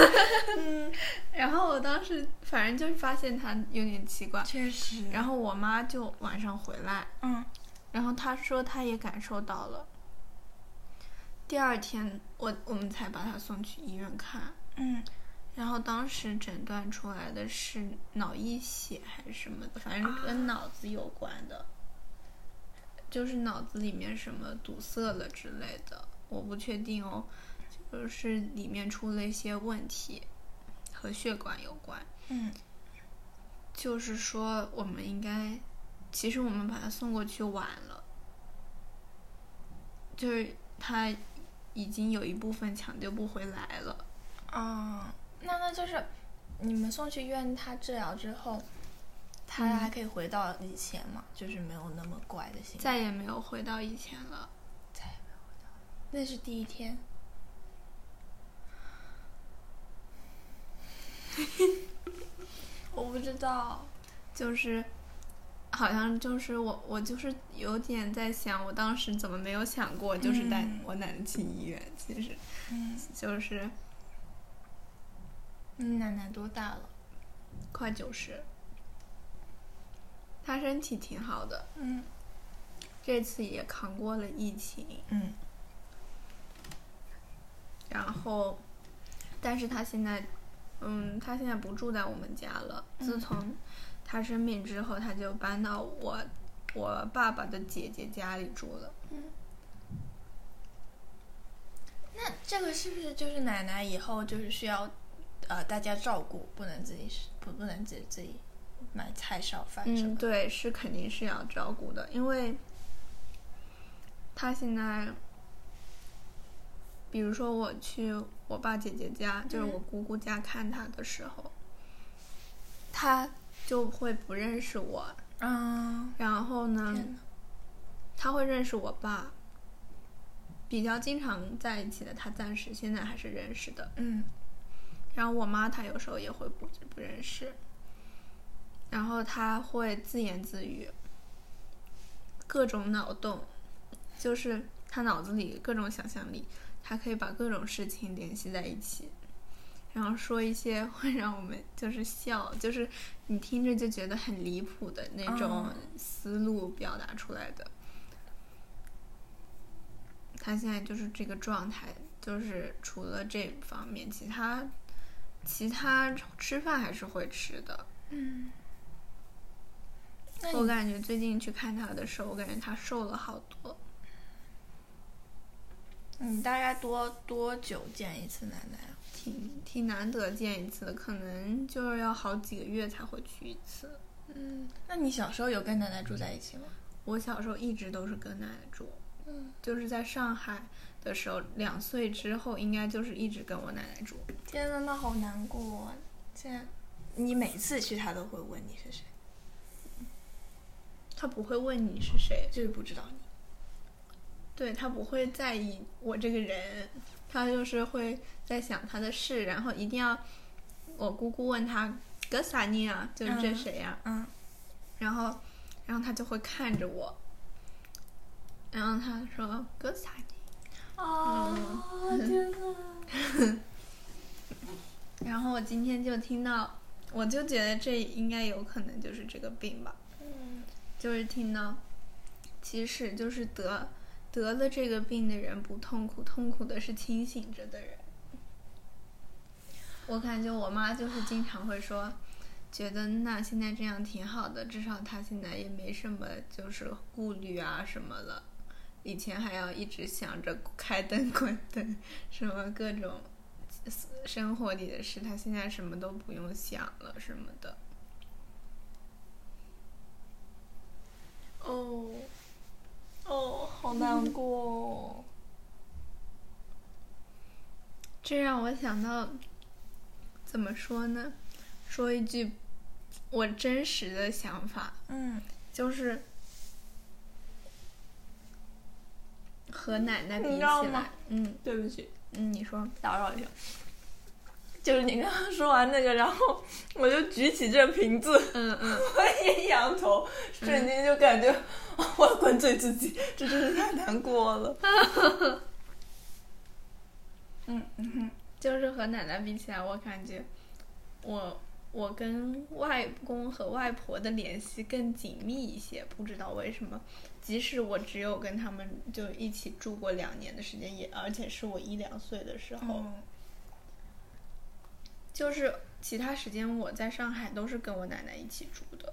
Speaker 3: 嗯，
Speaker 1: 然后我当时反正就是发现她有点奇怪，
Speaker 2: 确实然
Speaker 1: 然
Speaker 2: 后
Speaker 1: 后我妈就晚上回来。
Speaker 2: 嗯，
Speaker 1: 然后他说他也感受到了。第二天，我我们才把他送去医院看，
Speaker 2: 嗯，
Speaker 1: 然后当时诊断出来的是脑溢血还是什么的，反正跟脑子有关的，就是脑子里面什么堵塞了之类的，我不确定哦，就是里面出了一些问题，和血管有关。
Speaker 2: 嗯，
Speaker 1: 就是说我们应该，其实我们把他送过去晚了，就是他已经有一部分抢救不回来了。
Speaker 2: 啊、那那就是你们送去医院，他治疗之后，他还可以回到以前嘛，就是没有那么怪的心。
Speaker 1: 再也没有回到以前了。
Speaker 2: 那是第一天，
Speaker 3: 我不知道，
Speaker 1: 就是好像就是我我就是有点在想，我当时怎么没有想过，就是带
Speaker 2: 嗯
Speaker 1: 我奶奶去医院，其实
Speaker 2: 嗯，
Speaker 1: 就是
Speaker 2: 你奶奶多大了？
Speaker 1: 快九十。她身体挺好的，
Speaker 2: 嗯
Speaker 1: 这次也扛过了疫情，
Speaker 2: 嗯
Speaker 1: 然后，但是他现在，嗯，他现在不住在我们家了。
Speaker 2: 嗯
Speaker 1: 自从他生病之后，他就搬到我我爸爸的姐姐家里住了。
Speaker 2: 那这个是不是就是奶奶以后就是需要呃大家照顾，不能自己是不不能自己自己买菜烧饭什
Speaker 1: 嗯，
Speaker 2: 么？
Speaker 1: 对，是肯定是要照顾的，因为他现在，比如说我去我爸姐姐家，就是
Speaker 2: 嗯
Speaker 1: 我姑姑家看他的时候，他就会不认识我，
Speaker 2: 嗯，
Speaker 1: 然后呢，
Speaker 2: 天哪
Speaker 1: 他会认识我爸，比较经常在一起的，他暂时现在还是认识的。
Speaker 2: 嗯
Speaker 1: 然后我妈她有时候也会不不认识，然后她会自言自语，各种脑洞，就是她脑子里各种想象力，她可以把各种事情联系在一起，然后说一些会让我们就是笑，就是你听着就觉得很离谱的那种
Speaker 2: 嗯
Speaker 1: 思路表达出来的。她现在就是这个状态，就是除了这方面，其他其他吃饭还是会吃的。
Speaker 2: 嗯，那
Speaker 1: 我
Speaker 2: 你
Speaker 1: 感觉最近去看他的时候，我感觉他瘦了好多。
Speaker 2: 你嗯大概多多久见一次奶奶啊？
Speaker 1: 挺挺难得见一次的，可能就是要好几个月才会去一次。
Speaker 2: 嗯，那你小时候有跟奶奶住在一起吗？
Speaker 1: 我小时候一直都是跟奶奶住，
Speaker 2: 嗯，
Speaker 1: 就是在上海的时候，两岁之后应该就是一直跟我奶奶住。
Speaker 2: 天呐，那好难过、啊。现在你每次去，她都会问你是谁，
Speaker 1: 她不会问你是谁，
Speaker 2: 就是不知道你。
Speaker 1: 对她不会在意我这个人，她就是会在想她的事，然后一定要我姑姑问她“格萨尼啊”，就是这
Speaker 2: 嗯
Speaker 1: 谁呀、
Speaker 2: 嗯
Speaker 1: 然后，然后他就会看着我，然后他说 “Good s i d
Speaker 3: 啊！天哪！
Speaker 1: 然后我今天就听到，我就觉得这应该有可能就是这个病吧。
Speaker 3: 嗯
Speaker 1: 就是听到，其实就是得得了这个病的人不痛苦，痛苦的是清醒着的人。我感觉我妈就是经常会说，觉得那现在这样挺好的，至少她现在也没什么就是顾虑啊什么了。以前还要一直想着开灯、 关灯，什么各种生活里的事，她现在什么都不用想了什么的。
Speaker 3: 哦哦，好难过、哦。
Speaker 1: 这让我想到，怎么说呢？说一句我真实的想法，
Speaker 2: 嗯
Speaker 1: 就是和奶奶比
Speaker 3: 你
Speaker 1: 起
Speaker 3: 知道吗
Speaker 1: 来，嗯
Speaker 3: 对不起，
Speaker 1: 嗯，你说，
Speaker 3: 打扰一下。就是你刚刚说完那个，然后我就举起这瓶子，
Speaker 1: 嗯嗯，
Speaker 3: 我一仰
Speaker 2: 嗯
Speaker 3: 头，瞬间就感觉、我要灌醉自己，这真是太难过 了。
Speaker 2: 嗯嗯哼，
Speaker 1: 就是和奶奶比起来，我感觉我我跟外公和外婆的联系更紧密一些，不知道为什么。即使我只有跟他们就一起住过两年的时间，也而且是我一两岁的时候，
Speaker 2: 哦，
Speaker 1: 就是其他时间我在上海都是跟我奶奶一起住的，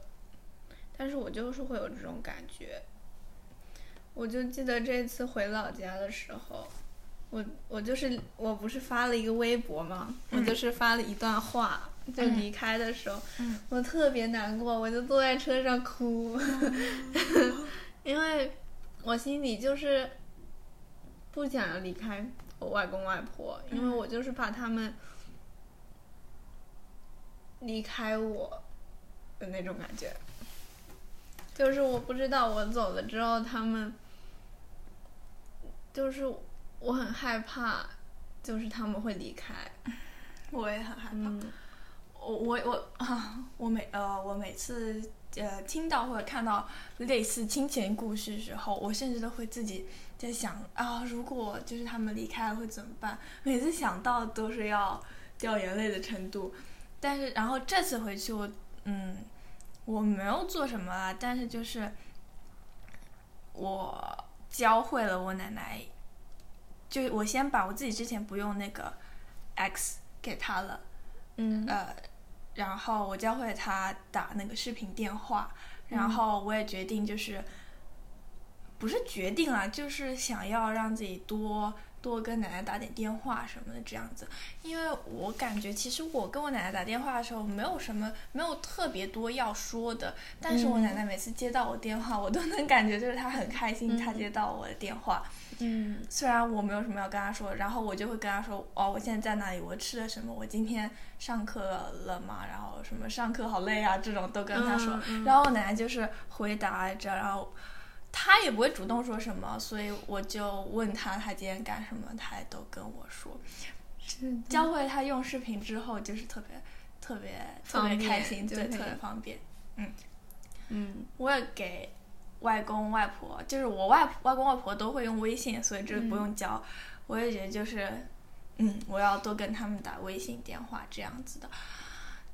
Speaker 1: 但是我就是会有这种感觉。我就记得这次回老家的时候，我我就是我不是发了一个微博嘛，我就是发了一段话，就离开的时候，
Speaker 2: 嗯
Speaker 1: 我特别难过，我就坐在车上哭， 因为我心里就是不想要离开我外公外婆，因为我就是把他们离开我的那种感觉。就是我不知道我走了之后，他们就是我很害怕，就是他们会离开。
Speaker 2: 我也很害怕。
Speaker 1: 嗯
Speaker 2: 我我我啊，我每呃，我每次呃听到或者看到类似亲情故事的时候，我甚至都会自己在想啊，如果就是他们离开了会怎么办？每次想到都是要掉眼泪的程度。但是然后这次回去我嗯，我没有做什么啊，但是就是我教会了我奶奶，就是我先把我自己之前不用那个 X 给她了。
Speaker 1: 嗯
Speaker 2: 呃，然后我教会他打那个视频电话，
Speaker 1: 嗯
Speaker 2: 然后我也决定就是，不是决定啊，就是想要让自己多多跟奶奶打点电话什么的这样子，因为我感觉其实我跟我奶奶打电话的时候没有什么没有特别多要说的，但是我
Speaker 1: 嗯
Speaker 2: 奶奶每次接到我电话，我都能感觉就是她很开心，她
Speaker 1: 嗯
Speaker 2: 接到我的电话，
Speaker 1: 嗯
Speaker 2: 虽然我没有什么要跟他说，然后我就会跟他说，哦，我现在在哪里，我吃了什么，我今天上课了吗？然后什么上课好累啊，这种都跟他说。
Speaker 1: 嗯嗯
Speaker 2: 然后我奶奶就是回答着，然后她也不会主动说什么，所以我就问她她今天干什么，她也都跟我说。教会她用视频之后，就是特别特别特
Speaker 1: 方
Speaker 2: 别
Speaker 1: 便
Speaker 2: 开心，
Speaker 1: 就
Speaker 2: 对，
Speaker 1: 可以
Speaker 2: 特别方便。
Speaker 1: 嗯
Speaker 2: 我也给外公外婆，就是我外婆外公外婆都会用微信，所以这个不用教。我也觉得就是，嗯，我要多跟他们打微信电话这样子的。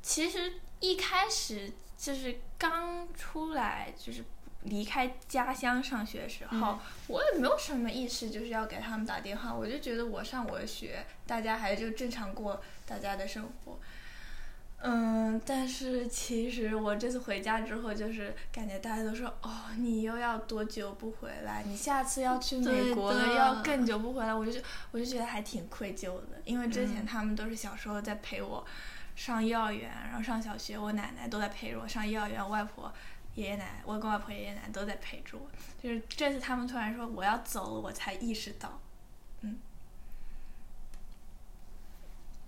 Speaker 2: 其实一开始就是刚出来，就是离开家乡上学的时候，
Speaker 1: 嗯
Speaker 2: 我也没有什么意识，就是要给他们打电话。我就觉得我上我的学，大家还就正常过大家的生活。嗯，但是其实我这次回家之后，就是感觉大家都说，哦，你又要多久不回来？你下次要去美
Speaker 1: 对
Speaker 2: 国了，
Speaker 1: 的
Speaker 2: 又要更久不回来。我就觉我就觉得还挺愧疚的，因为之
Speaker 1: 嗯
Speaker 2: 前他们都是小时候在陪我上幼儿园，然后上小学，我奶奶都在陪着我上幼儿园，我外婆、爷爷奶奶、外公外婆、爷爷奶奶都在陪着我。就是这次他们突然说我要走了，我才意识到，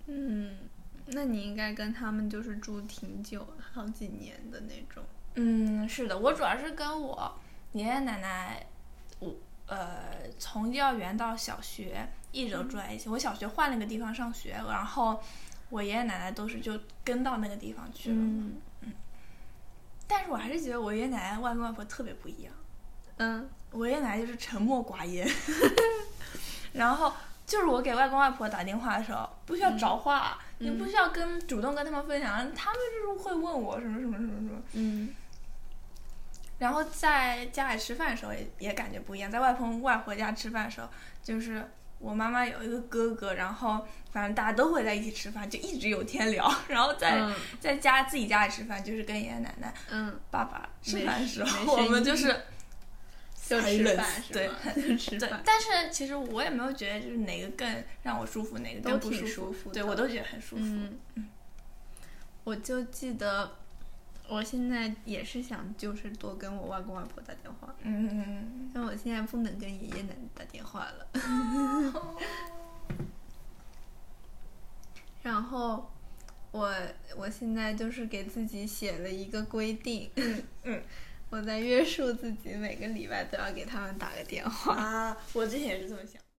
Speaker 1: 嗯，那你应该跟他们就是住挺久，好几年的那种。
Speaker 2: 嗯，是的，我主要是跟我爷爷奶奶，我呃从幼儿园到小学一直都住在一起。我小学换了个地方上学，然后我爷爷奶奶都是就跟到那个地方去了。
Speaker 1: 嗯
Speaker 2: 但是我还是觉得我爷爷奶奶、外公外婆特别不一样。
Speaker 1: 嗯
Speaker 2: 我爷爷奶奶就是沉默寡言， 然后就是我给外公外婆打电话的时候，不需要找话，
Speaker 1: 嗯
Speaker 2: 你不需要跟主动跟他们分享，他们就是会问我什么什么什么什么。
Speaker 1: 嗯
Speaker 2: 然后在家里吃饭的时候也也感觉不一样，在外公外婆家吃饭的时候，就是我妈妈有一个哥哥，然后反正大家都会在一起吃饭，就一直有天聊。 然后在、
Speaker 1: 嗯
Speaker 2: 在家自己家里吃饭，就是跟爷爷奶奶、
Speaker 1: 嗯，
Speaker 2: 爸爸吃
Speaker 1: 没
Speaker 2: 饭的时
Speaker 1: 没
Speaker 2: 候，
Speaker 1: 声
Speaker 2: 我们
Speaker 1: 音
Speaker 2: 就是
Speaker 1: 就
Speaker 2: 很
Speaker 1: 吃
Speaker 2: 冷
Speaker 1: 饭是
Speaker 2: 对
Speaker 1: 吗？就吃
Speaker 2: 对
Speaker 1: 饭，，
Speaker 2: 但是其实我也没有觉得就是哪个更让我舒服，哪个
Speaker 1: 都
Speaker 2: 更不
Speaker 1: 挺
Speaker 2: 舒
Speaker 1: 舒
Speaker 2: 服。
Speaker 1: 服的。
Speaker 2: 对我都觉得很舒服。
Speaker 1: 嗯，我就记得，我现在也是想，就是多跟我外公外婆打电话，
Speaker 2: 嗯，
Speaker 1: 但我现在不能跟爷爷奶奶打电话了。然后我我现在就是给自己写了一个规定，
Speaker 3: 嗯，
Speaker 1: 我在约束自己每个礼拜都要给他们打个电话。
Speaker 3: 啊，我之前也是这么想。